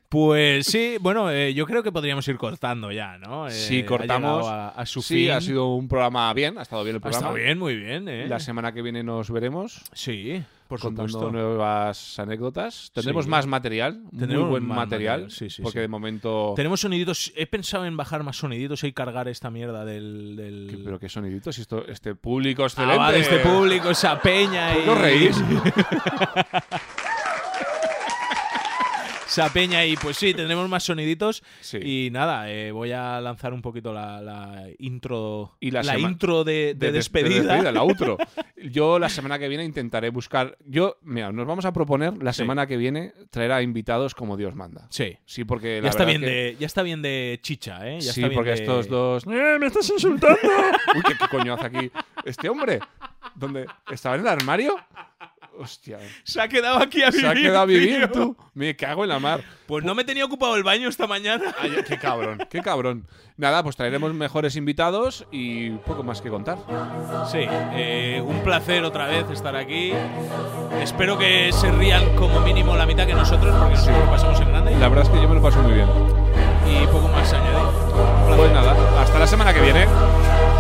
Speaker 3: Pues sí, bueno, eh, yo creo que podríamos ir cortando ya, ¿no? Eh,
Speaker 2: Sí,
Speaker 3: ha
Speaker 2: cortamos.
Speaker 3: llegado A, a su
Speaker 2: sí,
Speaker 3: fin.
Speaker 2: ha sido un programa bien, ha estado bien el
Speaker 3: Ha
Speaker 2: programa.
Speaker 3: estado bien, muy bien, ¿eh?
Speaker 2: La semana que viene nos veremos
Speaker 3: Sí, por
Speaker 2: contando
Speaker 3: supuesto.
Speaker 2: nuevas anécdotas. Tendremos
Speaker 3: Sí.
Speaker 2: más material,
Speaker 3: Tendremos
Speaker 2: muy buen
Speaker 3: más
Speaker 2: material,
Speaker 3: material, sí, sí,
Speaker 2: porque
Speaker 3: sí.
Speaker 2: de momento...
Speaker 3: Tenemos soniditos. He pensado en bajar más soniditos y cargar esta mierda del. del-
Speaker 2: ¿Qué- Pero qué soniditos, y esto, este público
Speaker 3: Ah,
Speaker 2: excelente.
Speaker 3: va, de este público, esa peña.
Speaker 2: ¿No
Speaker 3: y-
Speaker 2: reís?
Speaker 3: Esa peña y pues sí, tendremos más soniditos.
Speaker 2: Sí.
Speaker 3: Y nada, eh, voy a lanzar un poquito la, la intro.
Speaker 2: Y la sema-
Speaker 3: intro de, de
Speaker 2: des-
Speaker 3: despedida.
Speaker 2: la outro. Yo la semana que viene intentaré buscar. Yo, mira, nos vamos a proponer la
Speaker 3: Sí.
Speaker 2: semana que viene traer a invitados como Dios manda.
Speaker 3: Sí.
Speaker 2: Sí, porque la
Speaker 3: Ya está,
Speaker 2: verdad
Speaker 3: bien
Speaker 2: que-
Speaker 3: de, ya está bien de chicha, ¿eh? Ya
Speaker 2: sí,
Speaker 3: está bien
Speaker 2: porque
Speaker 3: de-
Speaker 2: estos dos. ¡Eh, ¡Me estás insultando! Uy, ¿qué, qué coño hace aquí este hombre? ¿Dónde? ¿Estaba en el armario? Hostia.
Speaker 3: Se ha quedado aquí a
Speaker 2: Se ha
Speaker 3: vivir,
Speaker 2: quedado a vivir
Speaker 3: tío.
Speaker 2: tú. Me cago en la mar.
Speaker 3: Pues no me tenía ocupado el baño esta mañana.
Speaker 2: Ay, qué cabrón, qué cabrón. Nada, pues traeremos mejores invitados y poco más que contar.
Speaker 3: Sí, eh, un placer otra vez estar aquí. Espero que se rían como mínimo la mitad que nosotros, porque nosotros lo pasamos en grande.
Speaker 2: La verdad es que yo me lo paso muy bien.
Speaker 3: Y poco más a añadir. Un placer.
Speaker 2: Pues nada, hasta la semana que viene.
Speaker 3: Adiós.